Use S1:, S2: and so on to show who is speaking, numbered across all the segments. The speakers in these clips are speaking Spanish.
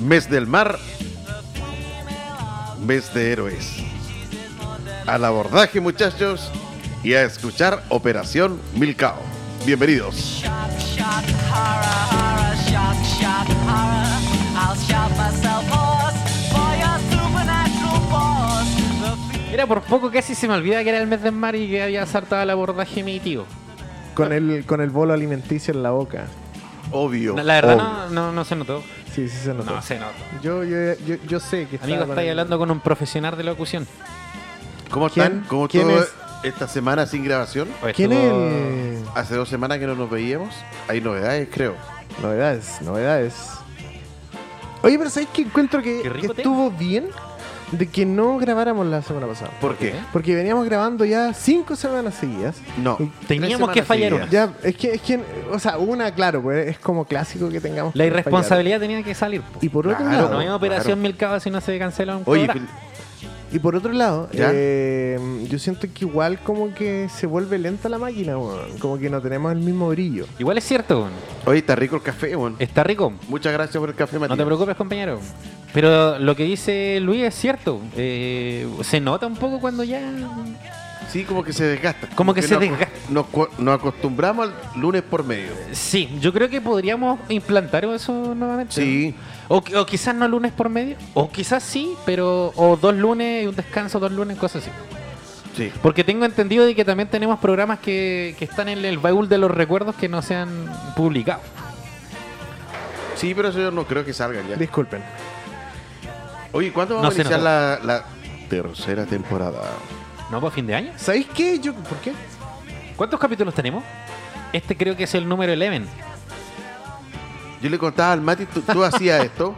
S1: Mes del mar, mes de héroes. Al abordaje, muchachos, y a escuchar Operación Milcao. Bienvenidos.
S2: Mira, por poco casi se me olvida que era el mes del mar y que había saltado el abordaje mi tío.
S3: Con el, con el bolo alimenticio en la boca.
S1: Obvio.
S2: No, La verdad
S1: obvio.
S2: no, no, no se notó.
S3: Sí, sí se notó.
S2: No se notó.
S3: Yo, yo, yo, yo sé que estaba
S2: Amigo,
S3: con
S2: estáis
S3: el-
S2: hablando con un profesional de locución.
S1: ¿Cómo
S3: ¿Quién-
S1: están? ¿Cómo
S3: quién
S1: estuvo
S3: es?
S1: esta semana sin grabación?
S2: Oye,
S3: ¿Quién es
S2: Pues estuvo-
S3: el...?
S1: Hace dos semanas que no nos veíamos. Hay novedades, creo.
S3: Novedades, novedades. Oye, pero ¿sabéis que encuentro que,
S2: Qué rico
S3: que
S2: té.
S3: estuvo bien de que no grabáramos la semana pasada?
S1: ¿Por qué?
S2: ¿Eh?
S3: Porque veníamos grabando ya cinco semanas seguidas.
S1: No.
S3: Y
S2: Teníamos que fallar una.
S1: Ya.
S3: Ya, es que, es que, o sea, una, claro, pues es como clásico que tengamos.
S2: La
S3: que
S2: irresponsabilidad tenía que salir. po.
S3: fallar. Y por otro
S1: Claro,
S3: lado,
S2: No hay
S1: claro.
S2: operación Milcao si no se cancela un
S1: Oye,
S2: programa.
S3: y por otro lado,
S1: ¿Ya?
S3: eh, yo siento que igual como que se vuelve lenta la máquina, weón. como que no tenemos el mismo brillo.
S2: Igual es cierto, weón.
S1: oye, está rico el café, bueno.
S2: está rico.
S1: Muchas gracias por el café,
S2: No
S1: Matías.
S2: te preocupes, compañero. Pero lo que dice Luis es cierto. Eh, se nota un poco cuando ya.
S1: Sí, como que se desgasta.
S2: Como que se
S1: nos-
S2: desgasta.
S1: Nos, cu- nos acostumbramos al lunes por medio.
S2: Sí, yo creo que podríamos implantar eso nuevamente.
S1: Sí.
S2: O, qui- o quizás no lunes por medio. O quizás sí, pero. O dos lunes y un descanso, dos lunes, cosas así.
S1: Sí.
S2: Porque tengo entendido de que también tenemos programas que, que están en el baúl de los recuerdos que no se han publicado.
S1: Sí, pero eso yo no creo que salgan ya.
S3: Disculpen.
S1: Oye, ¿cuándo
S2: No
S1: vamos
S2: se
S1: a iniciar
S2: notó.
S1: la, la tercera temporada?
S2: ¿No? ¿Para fin de año?
S3: ¿Sabéis qué? Yo, ¿Por qué?
S2: ¿Cuántos capítulos tenemos? Este creo que es el número 11.
S1: Yo le contaba al Mati, tú, tú hacías esto.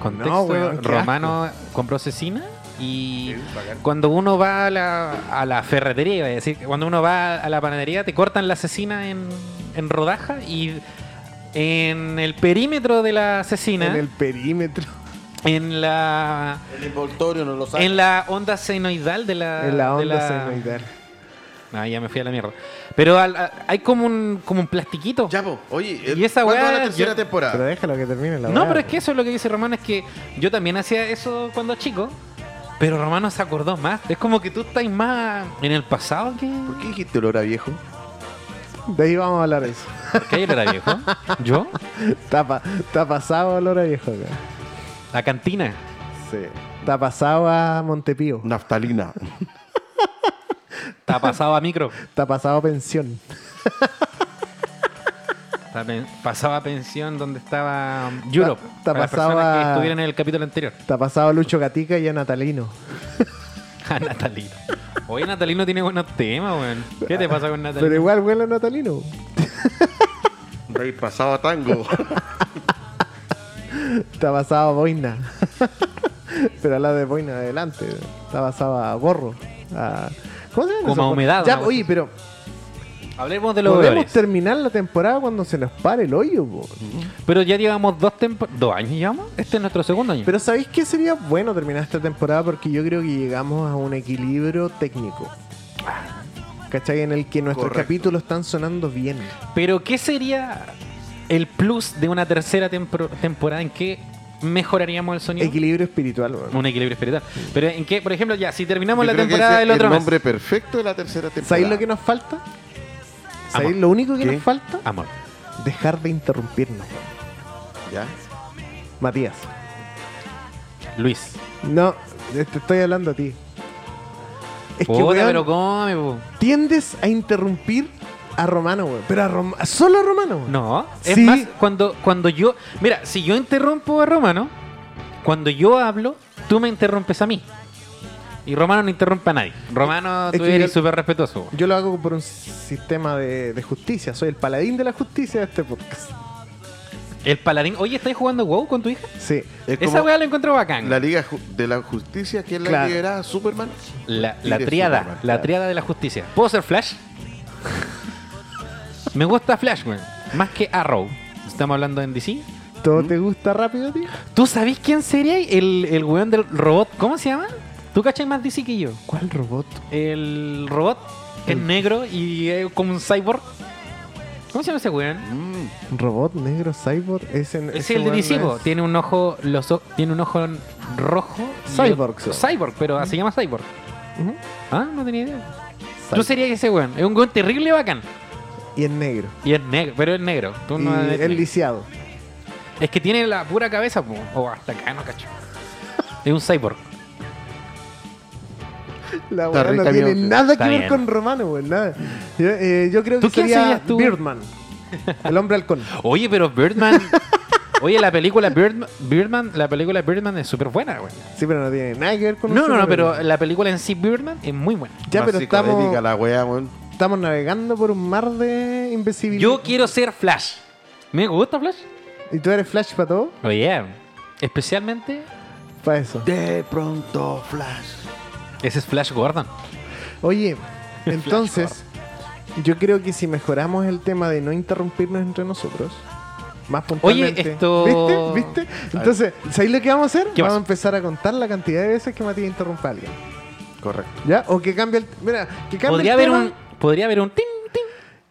S2: Contexto
S3: No, weón, qué
S2: romano compró cecina y cuando uno va a la, a la ferretería, iba a decir, cuando uno va a la panadería te cortan la cecina en, en rodaja y en el perímetro de la cecina,
S3: En
S2: en,
S3: el perímetro.
S2: la
S1: El envoltorio no lo
S2: en la onda senoidal de la
S3: en la
S2: Ah, de
S3: onda
S2: la-
S3: senoidal.
S2: No, ya me fui a la mierda. Pero al- a- hay como un como un plastiquito.
S1: Ya, po. oye, eh,
S2: Y esa
S1: ¿cuándo
S2: weá,
S1: va la tercera
S2: yo-
S1: temporada?
S3: Pero déjalo que termine la
S2: No,
S3: weá,
S2: pero es
S3: po.
S2: que eso es lo que dice Romano, es que yo también hacía eso cuando chico, pero Romano se acordó más. Es como que tú estás más en el pasado que...
S1: ¿Por qué dijiste olor a viejo?
S3: De ahí vamos a hablar de eso.
S2: ¿Por qué yo era viejo? ¿Yo?
S3: Está, pa- está pasado a Lora Viejo acá.
S2: La cantina.
S3: Sí. Está pasado a Montepío.
S1: Naftalina.
S2: Está pasado a micro.
S3: Está pasado a Pensión.
S2: Está pen- Pasaba a pensión donde estaba Europe.
S3: Está- está
S2: para las
S3: pasado
S2: personas que
S3: a-
S2: estuvieran en el capítulo anterior.
S3: Está pasado a Lucho Gatica y a Natalino.
S2: A Natalino. Oye, Natalino tiene buenos temas, weón. ¿Qué te pasa con Natalino?
S3: Pero igual vuela Natalino.
S1: Rey pasado a tango.
S3: Está pasado a Boina. pero habla de Boina adelante. Está pasado a Gorro. A... ¿Cómo se llama?
S2: Como a humedad,
S3: Ya,
S2: una
S3: oye, pero
S2: Hablemos de los
S3: podemos
S2: olores.
S3: terminar la temporada cuando se nos pare el hoyo, po.
S2: Pero ya llevamos dos tempo- ¿Dos años llevamos? Este es nuestro segundo año.
S3: Pero ¿sabéis qué sería bueno terminar esta temporada? Porque yo creo que llegamos a un equilibrio técnico. ¿Cachai? En el que nuestros
S1: Correcto.
S3: capítulos están sonando bien.
S2: Pero ¿qué sería el plus de una tercera tempor- temporada? ¿En qué mejoraríamos el sonido?
S3: Equilibrio espiritual, weón.
S2: Un equilibrio espiritual. Pero en qué, por ejemplo, ya, si terminamos
S1: Yo
S2: la
S1: creo que
S2: temporada
S1: ese
S2: del
S1: es
S2: otro
S1: el
S2: mes.
S1: nombre perfecto de la tercera temporada.
S3: ¿Sabéis lo que nos falta? ¿Sabéis
S2: Amor.
S3: lo único que
S1: ¿Qué?
S3: nos falta?
S2: Amor. Ah.
S3: Dejar de interrumpirnos, weón.
S1: ¿Ya?
S3: Matías.
S2: Luis.
S3: No, te estoy hablando a ti. Es que,
S2: Puta,
S3: weón,
S2: pero come, po.
S3: tiendes a interrumpir a Romano, weón. Pero a Rom- solo a Romano, weón.
S2: No. Es
S3: Sí.
S2: más, cuando, cuando yo. Mira, si yo interrumpo a Romano, cuando yo hablo, tú me interrumpes a mí. Y Romano no interrumpe a nadie. Romano,
S3: Es
S2: tú
S3: que
S2: eres
S3: yo-
S2: súper respetuoso.
S3: Yo lo hago por un sistema de, de justicia. Soy el paladín de la justicia de este podcast.
S2: El paladín. Oye, ¿estás jugando WoW con tu hija?
S3: Sí.
S1: Es
S2: Esa
S1: como
S2: weá la encuentro bacán.
S1: la Liga Ju- de la Justicia, ¿quién la
S3: Claro.
S1: lideraba? ¿Superman?
S2: La,
S3: Pues,
S1: Y
S2: la
S1: de
S2: triada,
S1: Superman,
S2: la
S1: claro.
S2: triada de la justicia. ¿Puedo ser Flash? Me gusta Flash, weón. Más que Arrow. Estamos hablando en DC.
S3: ¿Todo te gusta rápido, tío?
S2: ¿Tú sabés quién sería el, el weón del robot? ¿Cómo se llama? ¿Tú cachas más DC que yo?
S3: ¿Cuál robot?
S2: El robot que es negro y es como un cyborg. ¿Cómo se llama ese weón?
S1: Mm.
S3: Robot negro, cyborg, ese
S2: Es
S3: ese
S2: el de
S3: weón no
S2: DC, po.
S3: es-
S2: tiene un ojo, los o- tiene un ojo en rojo. y otro-
S3: Cyborg, sí.
S2: Cyborg, pero se llama Cyborg.
S3: Ujú.
S2: Ah, no tenía idea. Yo
S3: Cyborg.
S2: sería ese weón. Es un weón terrible bacán.
S3: Y en negro.
S2: Y es negro, pero es negro. Tú no
S3: y
S2: eres
S3: es
S2: negro.
S3: lisiado.
S2: Es que tiene la pura cabeza, po. O hasta acá, no cacho. Es un cyborg.
S3: La
S1: Está
S3: weá no
S1: rica mi
S3: tiene
S1: opción.
S3: nada
S2: Está
S3: que ver
S2: bien.
S3: con Romano, weón. Nada. Yo, eh, yo creo
S2: ¿Tú
S3: que
S2: qué
S3: sería
S2: serías tú?
S3: Birdman. El hombre halcón.
S2: Oye, pero Birdman. Oye, la película Birdman, Birdman, la película Birdman es súper buena, güey.
S3: Sí, pero no tiene nada que ver con un
S2: No, no, no,
S3: superhéroe.
S2: pero la película en sí, Birdman, es muy buena.
S3: Ya,
S1: Más
S3: pero
S1: psicodélica
S3: estamos,
S1: la weá, weón.
S3: estamos navegando por un mar de imbecilidad.
S2: Yo quiero ser Flash. ¿Me gusta Flash?
S3: ¿Y tú eres Flash para todo?
S2: Oye, especialmente.
S3: Para eso.
S1: De pronto, Flash.
S2: Ese es Flash Gordon.
S3: Oye, entonces, yo creo que si mejoramos el tema de no interrumpirnos entre nosotros, más puntualmente.
S2: esto-
S3: ¿Viste? ¿Viste? Entonces, ¿sabéis lo que vamos a hacer?
S2: ¿Qué
S3: Vamos
S2: pasa?
S3: a empezar a contar la cantidad de veces que Matías interrumpa a alguien.
S1: Correcto.
S3: ¿Ya? O que cambie el. Mira, que cambie
S2: Podría
S3: el
S2: haber
S3: tema.
S2: un. Podría haber un tin, tin.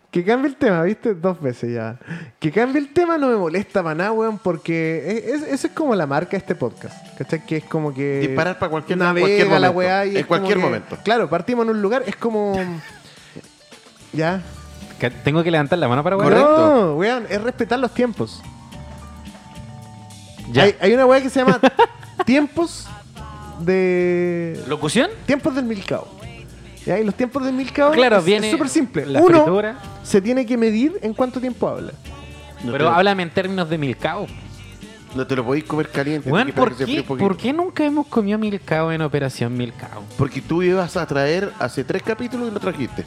S3: Que cambie el tema, ¿viste? Dos veces ya. Que cambie el tema no me molesta para nada, weón, porque es- es- eso es como la marca de este podcast. ¿Cachai? Que es como que.
S1: Disparar para cualquier-
S3: navega
S1: cualquier
S3: la
S1: momento.
S3: weá y
S1: En
S3: es como
S1: cualquier
S3: que-
S1: momento.
S3: Claro, partimos en un lugar, es como. ya.
S2: Que Tengo que levantar la mano para guardar.
S1: Correcto.
S3: No, weón, es respetar los tiempos.
S2: Ya.
S3: Hay, hay una weá que se llama Tiempos de.
S2: ¿Locución?
S3: Tiempos del Milcao. ¿Ya? Y los tiempos del Milcao
S2: Claro,
S3: es-
S2: viene
S3: es súper simple.
S2: la
S3: Uno
S2: fritura.
S3: se tiene que medir en cuánto tiempo habla.
S1: No
S2: pero
S1: te,
S2: háblame en términos de milcao.
S1: No te lo podéis comer caliente.
S2: Weón,
S1: tenés que esperar que
S2: ¿por
S1: se fríe
S2: qué,
S1: un poquito.
S2: ¿por qué nunca hemos comido milcao en Operación Milcao?
S1: Porque tú ibas a traer hace tres capítulos y no trajiste.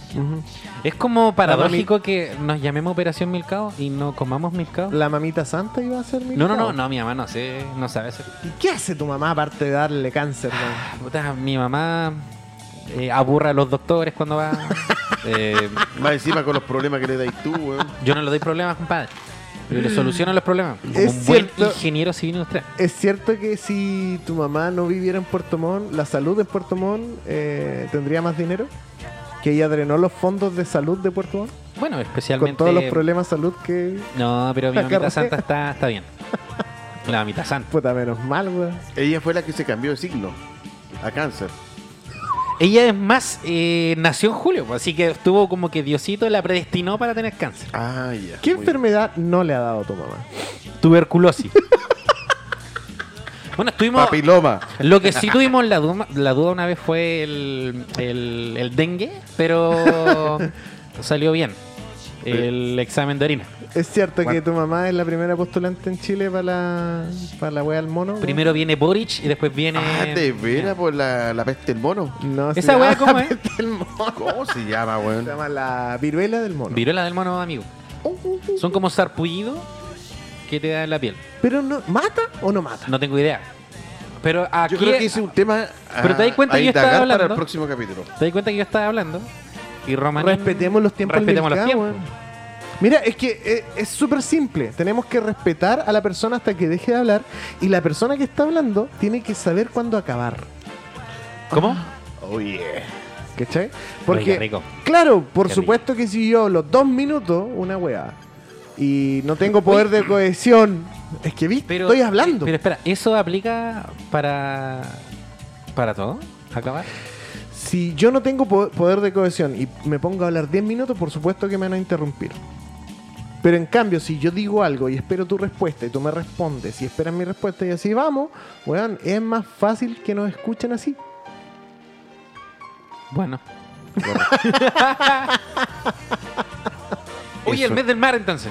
S2: Es como paradójico que nos llamemos Operación Milcao y no comamos Milcao.
S3: La mamita santa iba a hacer mi
S2: No, no, no, no, mi mamá no sé, no sabe hacer.
S3: ¿Y qué hace tu mamá aparte de darle cáncer? weón?
S2: Puta, mi mamá eh, aburra a los doctores cuando va. Eh,
S1: Más encima con los problemas que le dais tú, weón.
S2: yo no le doy problemas, compadre. Yo le soluciono los problemas. Como
S3: Es
S2: un buen
S3: cierto.
S2: ingeniero civil industrial.
S3: Es cierto que si tu mamá no viviera en Puerto Montt, la salud en Puerto Montt eh, tendría más dinero. Que ella drenó los fondos de salud de Puerto Montt
S2: Bueno,
S3: con
S2: especialmente.
S3: todos los problemas de salud que.
S2: No, pero mi
S3: La
S2: mamita
S3: carrera.
S2: santa está, está bien. La mamita santa.
S3: Puta, menos mal, weón.
S1: Ella fue la que se cambió de signo a cáncer.
S2: Ella es más, eh, nació en julio, pues, así que estuvo como que Diosito la predestinó para tener cáncer.
S1: Ah, ya.
S3: ¿Qué
S1: Muy
S3: enfermedad no le ha dado tu mamá?
S2: Tuberculosis. bueno,
S1: bien.
S2: estuvimos.
S1: Papiloma.
S2: Lo que sí tuvimos la duda, la duda una vez fue el, el- el dengue, pero salió bien el examen de orina.
S3: Es cierto
S1: Bueno.
S3: que tu mamá es la primera postulante en Chile para la, para la wea del mono. weón?
S2: Primero viene Boric y después viene...
S1: Ah, de veras, pues, ah, por la, la peste del mono.
S3: No, se
S2: ¿Esa wea
S3: llama-
S2: cómo es?
S3: del mono.
S1: ¿Cómo se llama,
S3: Se
S1: weón?
S3: llama la viruela del mono. Oh,
S2: Viruela del mono, amigo. Son como sarpullidos que te dan en la piel.
S3: Pero no, ¿mata o no mata?
S2: No tengo idea. Pero aquí...
S1: Yo creo que ese es un tema a,
S2: Pero te das cuenta
S1: a
S2: que yo estaba
S1: indagar para
S2: hablando.
S1: el próximo capítulo.
S2: ¿Te das cuenta que yo estaba hablando? Y Romanín...
S3: Respetemos los tiempos.
S2: Respetemos
S3: del
S2: los
S3: K,
S2: tiempos.
S3: weón. Mira, es que eh, es súper simple. Tenemos que respetar a la persona hasta que deje de hablar y la persona que está hablando tiene que saber cuándo acabar.
S2: ¿Cómo?
S1: Oh, yeah.
S3: ¿Cachai? Porque,
S2: Oiga, rico.
S3: claro, por
S2: Qué
S3: supuesto que si yo hablo dos minutos, una weá, y no tengo poder de cohesión, es que viste,
S2: Pero,
S3: estoy hablando.
S2: Pero espera, ¿eso aplica para... para todo? ¿Acabar?
S3: Si yo no tengo po- poder de cohesión y me pongo a hablar 10 minutos, por supuesto que me van a interrumpir. Pero en cambio, si yo digo algo y espero tu respuesta y tú me respondes y esperas mi respuesta y así vamos, weón, es más fácil que nos escuchen así.
S2: Bueno.
S1: Correcto.
S2: Oye, el
S1: Eso.
S2: mes del mar entonces.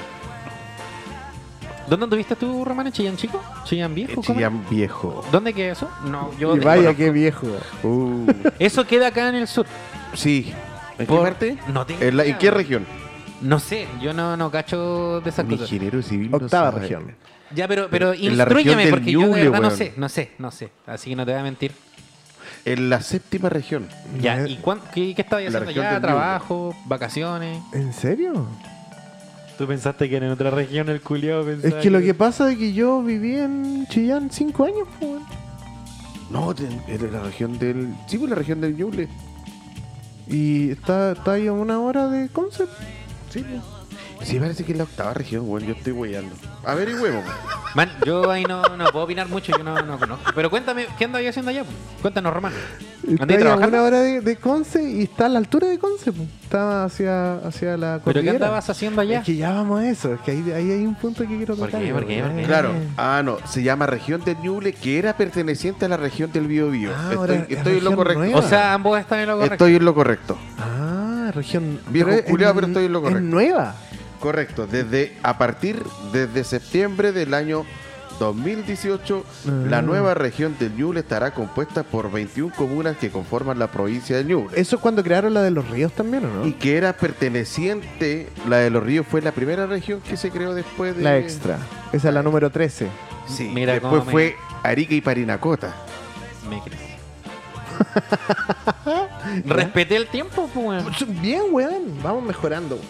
S2: ¿Dónde anduviste tú, Román? ¿En Chillán chico? ¿Chillán viejo? ¿Cómo era?
S1: Chillán viejo.
S2: ¿Dónde queda eso? No, yo
S3: y
S2: te
S3: vaya,
S2: conozco.
S3: qué viejo.
S1: Uh,
S2: Eso queda acá en el sur.
S1: sí. ¿En
S2: Por-
S1: qué parte?
S2: No tengo
S1: ¿En, la- en
S2: idea,
S1: qué
S2: weón.
S1: región?
S2: No sé, yo no, no cacho de esas
S1: Un
S2: cosas.
S1: ingeniero civil. no
S3: Octava
S1: sabe.
S3: región.
S2: Ya, pero, pero
S1: En la región
S2: instruyeme,
S1: del
S2: porque yo de
S1: Ñuble,
S2: verdad no
S1: weón.
S2: sé, no sé, no sé. Así que no te voy a mentir.
S1: En la séptima región.
S2: Ya, ¿y cuán- qué, qué estabas
S1: En la
S2: haciendo?
S1: región
S2: ¿Ya
S1: del
S2: trabajo, vacaciones?
S3: ¿En serio?
S2: ¿Tú pensaste que en otra región el culiao
S3: Es que lo que pasa es que yo viví en Chillán 5 años, po, weón.
S1: No, de- era la región del. Sí, pues la región del Ñuble.
S3: Y está, está ahí a una hora de concept.
S1: Sí, pues. Sí, parece que es la octava región, weón. Yo estoy weyando. A ver, y huevo.
S3: Eh.
S2: Man, yo ahí no, no puedo opinar mucho, yo no, no conozco. Pero cuéntame, ¿qué andas haciendo allá? po? Cuéntanos, Román.
S3: Está
S2: ¿Andáis
S3: ahí a
S2: trabajando?
S3: una hora de, de Conce y está a la altura de Conce. po. Está hacia, hacia la
S2: ¿Pero qué
S3: cordillera.
S2: andabas haciendo allá?
S3: Es que ya vamos a eso. Es que ahí, ahí hay un punto que quiero
S2: ¿Por
S3: tocar.
S2: qué? ¿Por qué?
S3: weón.
S2: ¿Por qué?
S1: Claro. Ah, no. Se llama región de Ñuble, que era perteneciente a la región del Bío Bío.
S3: Ah, ahora
S1: estoy
S3: es
S1: estoy en lo
S3: región
S1: correcto.
S3: nueva.
S2: O sea, ambos están en lo correcto.
S1: Estoy en lo correcto.
S3: Ah, región.
S1: Viejo
S3: pero es-
S1: culiao, pero estoy en lo
S3: es
S1: correcto.
S3: nueva.
S1: Correcto, desde a partir desde septiembre del año 2018,
S3: Ah.
S1: la nueva región del Ñuble estará compuesta por 21 comunas que conforman la provincia de Ñuble.
S3: Eso es cuando crearon la de los ríos también, ¿o no?
S1: Y que era perteneciente, la de los ríos fue la primera región que se creó después de
S3: La extra. Esa es la número 13.
S1: Sí,
S2: Mira
S1: después
S2: cómo me-
S1: fue Arica y Parinacota.
S2: Me crees. Respeté el tiempo, pues. weón.
S3: Bien, weón. Vamos mejorando. weón.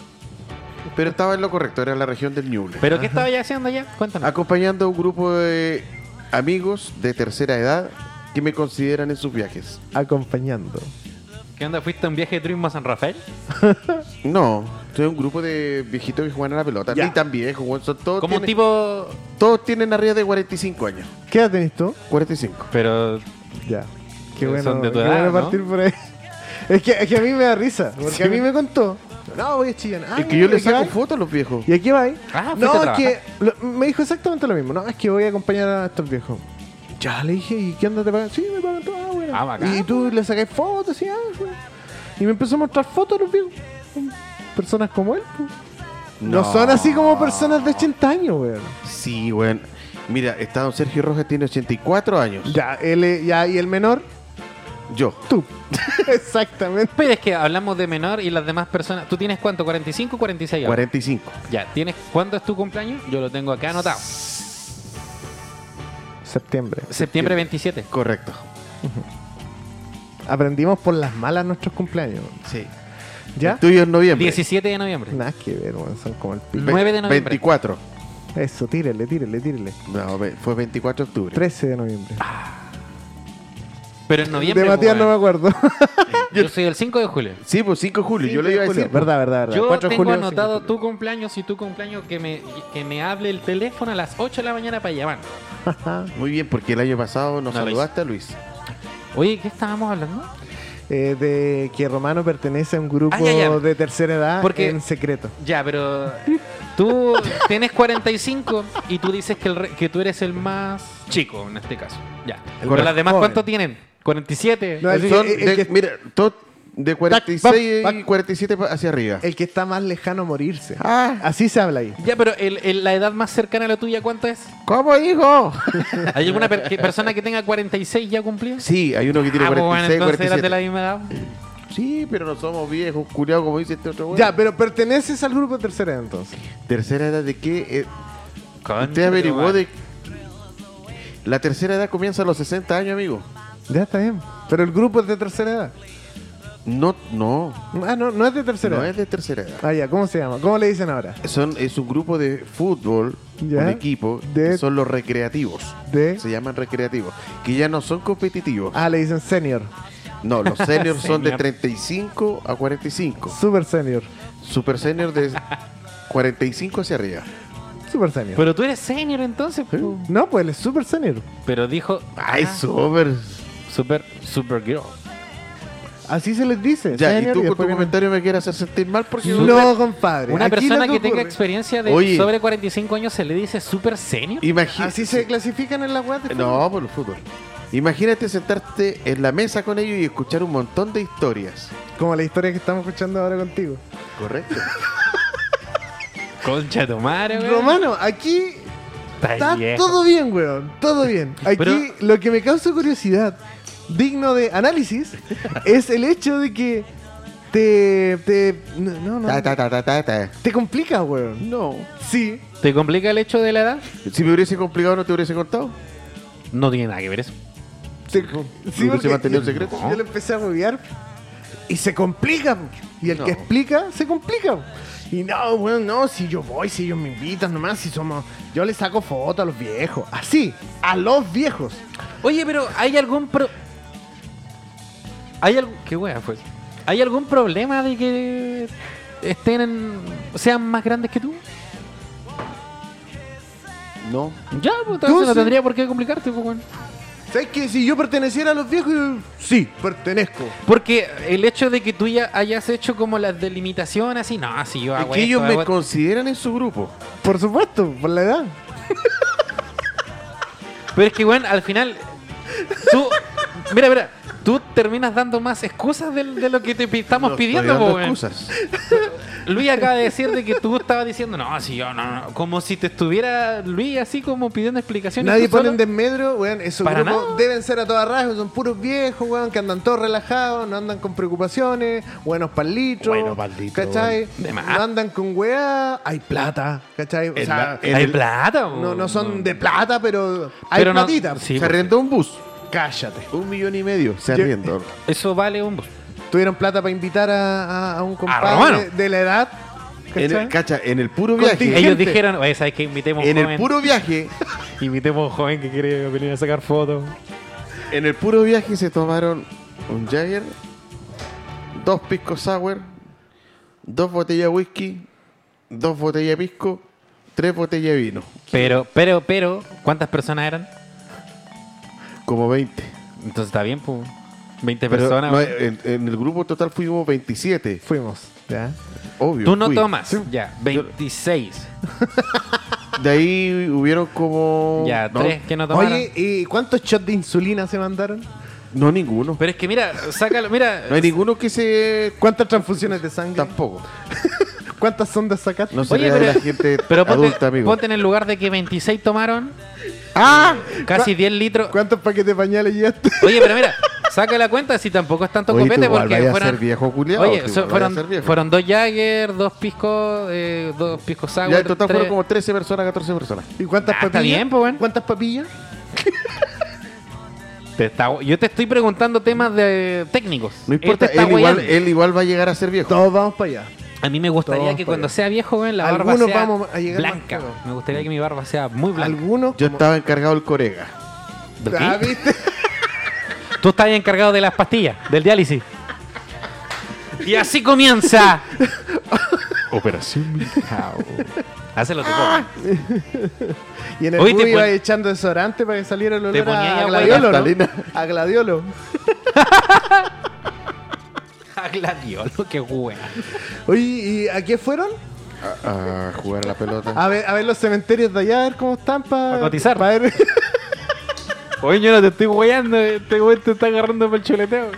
S1: Pero estaba en lo correcto, era la región del Ñuble.
S2: ¿Pero qué estaba ya haciendo allá? Cuéntanos.
S1: Acompañando a un grupo de amigos de tercera edad que me consideran en sus viajes.
S3: Acompañando.
S2: ¿Qué onda? ¿Fuiste a un viaje de turismo a San Rafael?
S1: No, soy un grupo de viejitos que juegan a la pelota.
S3: Ya.
S1: Ni tan viejos, weón, son todos.
S2: Como un
S1: tienen-
S2: tipo...
S1: Todos tienen arriba de 45 años.
S3: ¿Qué edad tenés tú?
S1: 45.
S2: Pero...
S3: Ya. Qué
S2: Son
S3: bueno.
S2: de tu
S3: qué
S2: edad,
S3: bueno
S2: ¿no?
S3: partir por ahí. Es que, es que a mí me da risa. Porque
S2: Sí.
S3: a mí me contó. No, voy a chillar. Ah,
S1: es que yo
S3: mira,
S1: les
S3: ¿qué
S1: saco
S3: va?
S1: fotos a los viejos.
S3: ¿Y aquí va? ahí?
S2: Ah, fuiste
S3: no,
S2: a
S3: es que lo- me dijo exactamente lo mismo. No, es que voy a acompañar a estos viejos. Ya le dije, ¿y qué onda te pagan? Sí, me pagan todo. Ah, bueno.
S2: Ah, bacán.
S3: y tú le sacás fotos y ah, bueno. Y me empezó a mostrar fotos de los viejos. Personas como él. pues. No. son así como personas de 80 años, weón.
S1: Sí, weón. Mira, está don Sergio Rojas, tiene 84 años.
S3: Ya, él, eh, ya, y el menor,
S1: Yo.
S3: tú. Exactamente.
S2: Pero Pues es que hablamos de menor y las demás personas... ¿Tú tienes cuánto? ¿45 o 46 años?
S1: 45.
S2: Ya, ¿tienes cuándo es tu cumpleaños? Yo lo tengo acá anotado.
S3: Septiembre.
S2: Septiembre 27.
S1: Correcto.
S3: Aprendimos por las malas nuestros cumpleaños. weón.
S1: Sí.
S3: ¿Ya?
S1: El tuyo es noviembre.
S2: 17 de noviembre.
S3: Nada que ver, weón. Son como el pico.
S1: Ve-
S2: 9 de noviembre.
S1: 24.
S3: Eso, tírele, tírele, tírele.
S1: No, ve- fue 24 de octubre.
S3: 13 de noviembre.
S2: Pero en noviembre...
S3: de Matías
S2: pues,
S3: no me acuerdo.
S2: weón. Yo soy el 5 de julio.
S1: Sí, pues 5 de julio. Yo le iba a decir.
S3: Verdad, verdad, verdad.
S2: Yo
S3: 4 de
S2: tengo
S3: julio,
S2: anotado
S3: 5 de
S2: tu cumpleaños y tu cumpleaños que me, que me hable el teléfono a las 8 de la mañana para llamar.
S1: Muy bien, porque el año pasado nos
S2: No lo
S1: saludaste a Luis.
S2: Oye, ¿qué estábamos hablando?
S3: julio. Eh, de que Romano pertenece a un grupo
S2: Ah, ya, ya.
S3: de tercera edad
S2: Porque-
S3: en secreto.
S2: Ya, pero tú tienes 45 y tú dices que, el re- que tú eres el más chico en este caso. Ya. Pero
S3: más
S2: las demás,
S3: joven.
S2: ¿cuánto tienen? 47.
S3: No, el-
S1: Son
S3: el-
S1: de-
S3: el que-
S1: eh, Mira, todo de 46
S3: Tac,
S1: y
S3: pac,
S1: 47 pa- hacia arriba.
S3: El que está más lejano a morirse.
S1: Ah,
S3: Así se habla ahí.
S2: Ya, pero el- el- la edad más cercana a la tuya, ¿cuánto es?
S1: ¿cómo, hijo?
S2: ¿Hay alguna per- que- persona que tenga 46 ya cumplido?
S1: Sí, hay uno que tiene
S2: Ah, pues, bueno,
S1: 46,
S2: entonces eras
S1: 47.
S2: de la misma edad.
S1: Sí, pero no somos viejos, culiados, como dice este otro güey.
S3: Ya, pero perteneces al grupo de tercera edad entonces.
S1: ¿Tercera edad de qué? Eh,
S2: Concha,
S1: usted averiguó
S2: madre.
S1: de... La tercera edad comienza a los 60 años, amigo.
S3: Ya está bien. Pero el grupo es de tercera edad.
S1: No, no.
S3: Ah, no, no es de tercera
S1: No
S3: edad.
S1: es de tercera edad.
S3: Ah, ya, ¿cómo se llama? ¿Cómo le dicen ahora?
S1: Son, es un grupo de fútbol,
S3: Ya.
S1: un equipo,
S3: De-
S1: que son los recreativos.
S3: De.
S1: Se llaman recreativos. Que ya no son competitivos.
S3: Ah, le dicen senior.
S1: No, los seniors son de
S2: Senior.
S1: 35 a 45.
S3: Super senior.
S1: Super senior de 45 hacia arriba.
S3: Super senior.
S1: Pues-
S2: Pero tú eres senior entonces. po.
S3: No, pues él es super senior.
S2: Pero dijo.
S1: Ay,
S2: ah,
S1: super.
S2: Super, super girl.
S3: Así se les dice.
S1: Ya, y
S3: senior,
S1: tú con tu
S3: después viene-
S1: comentario me quieres hacer sentir mal porque
S3: No, compadre.
S2: Una
S3: Aquí ¿eh?
S2: persona
S3: lo
S2: que tenga
S3: ocurre-
S2: experiencia de
S1: Oye.
S2: sobre 45 años se le dice super senior.
S1: Imagínate.
S3: Así se clasifican en la web.
S1: Eh, No, por el fútbol. Imagínate sentarte en la mesa con ellos y escuchar un montón de historias.
S3: Como la historia que estamos escuchando ahora contigo.
S1: Correcto.
S2: Concha tu madre, weón.
S3: Romano, aquí
S2: Está
S3: está
S2: viejo.
S3: todo bien, weón. Todo bien. Aquí
S2: Pero-
S3: lo que me causa curiosidad, digno de análisis, es el hecho de que te. te no, no, no.
S1: Ta, ta, ta, ta, ta, ta.
S3: Te complica, weón.
S1: No.
S3: Sí.
S2: ¿Te complica el hecho de la edad?
S1: Si me hubiese complicado, no te hubiese contado.
S2: No tiene nada que ver eso.
S3: Se,
S1: hubiese
S3: porque
S1: mantenido
S3: yo-
S1: secreto.
S3: Yo le empecé a huevear y se complica. po. Y el
S1: No.
S3: que explica, se complica. po. Y no, bueno, no, si yo voy, si ellos me invitan nomás, si somos. Yo le saco fotos a los viejos. Así, a los viejos.
S2: Oye, pero ¿hay algún pro... ¿Hay algún... ¿Qué wea fue? ¿Hay algún problema de que estén en- sean más grandes que tú.
S1: No.
S2: Ya, pues entonces no
S3: Entonces-
S2: tendría por qué complicarte, pues, weón.
S3: ¿Sabes que si yo perteneciera a los viejos, yo- sí, pertenezco?
S2: Porque el hecho de que tú ya hayas hecho como las delimitaciones así, no, así yo
S1: Es
S2: hago
S1: que
S2: esto,
S1: ellos me
S2: hago-
S1: consideran en su grupo.
S3: Por supuesto, por la edad.
S2: Pero es que, weón, al final, tú, mira, mira, tú terminas dando más excusas del- de, lo que te pi- estamos
S1: No estoy
S2: pidiendo,
S1: dando
S2: po, weón.
S1: excusas.
S2: Luis acaba de decir de que tú estabas diciendo, no, así yo, no, no, como si te estuviera Luis así como pidiendo explicaciones.
S3: Nadie
S2: tú solo.
S3: pone en desmedro, weón. Esos
S2: Para
S3: grupos
S2: nada.
S3: deben ser a todas rasgos, son puros viejos, weón, que andan todos relajados, no andan con preocupaciones, buenos palitos.
S1: Buenos palitos,
S3: ¿Cachai?
S2: weón. De
S3: No
S2: más.
S3: andan con weá, hay plata, ¿cachai? O
S1: El
S3: sea,
S1: ba- en
S2: Hay
S1: el-
S2: plata, po.
S3: no, no son de plata, pero hay
S2: Pero no-
S3: platita.
S2: sí.
S1: se arrendó un bus.
S3: Cállate.
S1: Un millón y medio se
S3: Yo-
S1: arriendó.
S2: Eso vale un...
S3: Tuvieron plata para invitar a, a- a un
S2: Ah, Romano.
S3: compadre de, la edad.
S1: En
S3: ¿cachai?
S1: el, cacha, en el puro
S3: Contigo.
S1: viaje.
S2: Ellos
S3: gente.
S2: dijeron, oye, ¿sabes qué? Invitemos a un
S1: En el
S2: joven.
S1: puro viaje,
S2: Invitemos a un joven que quiere venir a sacar fotos.
S1: en el puro viaje se tomaron un Jagger, dos pisco sour, dos botellas de whisky, dos botellas de pisco, tres botellas de vino,
S2: Pero, pero, pero, ¿cuántas personas eran?
S1: como 20.
S2: Entonces está bien, pues. 20
S1: Pero
S2: personas.
S1: no,
S2: weón.
S1: en, en el grupo total fuimos 27,
S3: Fuimos. ¿ya?
S1: obvio.
S2: Tú no
S1: fui.
S2: tomas. Ya, 26.
S1: De ahí hubieron como...
S2: Ya,
S1: Oh. no,
S2: tres que no tomaron.
S3: Oye, ¿y cuántos shots de insulina se mandaron?
S1: No ninguno.
S2: Pero es que mira, sácalo, mira.
S1: No hay ninguno que se...
S3: ¿Cuántas transfusiones de sangre?
S1: Tampoco.
S3: ¿Cuántas sondas sacaste?
S1: No se
S2: Oye,
S1: le da a
S2: pero-
S1: la gente
S2: pero ponte,
S1: adulta, amigo.
S2: ponte en el lugar de que 26 tomaron,
S3: ¡Ah!
S2: casi 10 litros.
S3: ¿Cuántos paquetes de pañales llevaste?
S2: Oye, pero mira, saca la cuenta si tampoco es tanto
S1: Oye, tú
S2: copete
S1: igual
S2: porque
S1: vayas a
S2: fueron.
S1: ser viejo, culiao,
S2: oye,
S1: tú igual vayas
S2: so-
S1: a ser
S2: fueron,
S1: viejo.
S2: fueron dos Jagger, dos piscos, eh, dos piscos sour.
S1: Ya en total
S2: tres-
S1: fueron como 13 personas, 14 personas.
S3: ¿Y cuántas
S2: Ah, está
S3: papillas?
S2: bien, pues, bueno.
S3: ¿Cuántas papillas?
S2: Te está- yo te estoy preguntando temas de técnicos.
S1: No
S2: Él te
S1: importa,
S2: Este está
S1: él igual,
S2: guayando.
S1: él igual va a llegar a ser viejo.
S3: Todos vamos para allá.
S2: A mí me gustaría
S3: Todos
S2: que
S3: para
S2: cuando
S3: allá.
S2: sea viejo, weón, la barba
S3: Algunos
S2: sea
S3: vamos a llegar más
S2: blanca.
S3: joven.
S2: Me gustaría que mi barba sea muy blanca.
S3: Algunos.
S1: Yo
S3: como-
S1: estaba encargado del corega.
S2: ¿De qué?
S3: Ah, ¿viste?
S2: Tú estás encargado de las pastillas, del diálisis. Y así comienza.
S1: Operación
S2: Hazlo tú. po.
S3: Y en el
S2: Oye,
S3: Oye,
S2: te
S3: iba
S2: pon-
S3: echando desodorante para que saliera el
S2: pues.
S3: olor
S2: ponía
S3: a,
S2: ya,
S3: a
S2: weón.
S3: gladiolo, ¿no?
S1: Naftalina.
S3: A gladiolo.
S2: A Ah, Gladiolo, qué buena.
S3: Oye, ¿y a qué fueron?
S1: A, a jugar a la
S2: Ah,
S1: pelota.
S3: A ver, a ver los cementerios de allá, a ver cómo están para...
S2: A cotizar.
S3: pa' ver-
S2: Oye, yo no te estoy guayando. Este güey te está agarrando por el chuleteo.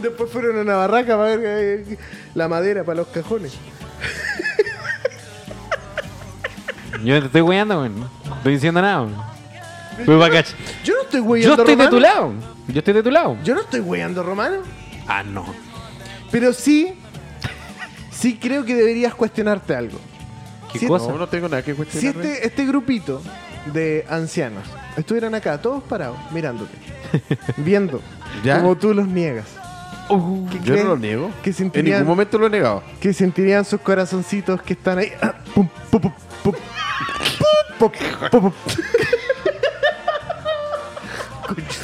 S3: Después fueron a una barraca para ver eh, la madera para los cajones.
S2: Yo no te estoy guayando, weón. No estoy diciendo nada, weón. Voy pa' cacha.
S3: Yo no estoy
S2: Yo
S3: hueando
S2: estoy de
S3: romano.
S2: tu lado. Yo estoy de tu lado.
S3: Yo no estoy hueando romano.
S2: Ah, no.
S3: Pero sí, sí creo que deberías cuestionarte algo.
S2: ¿Qué
S3: Sí,
S2: cosa?
S1: No, no tengo nada que
S3: Si
S1: cuestionar.
S3: este, este grupito de ancianos estuvieran acá, todos parados, mirándote, viendo
S1: ¿Ya?
S3: como tú los niegas,
S2: Uh,
S3: ¿qué
S1: Yo no
S3: creen?
S1: lo niego.
S3: ¿Qué
S1: en
S3: sentirían?
S1: ningún momento lo he negado.
S3: que sentirían sus corazoncitos que están ahí. ah, Pum, pum, pum, pum. Pum, pum, pum, pum.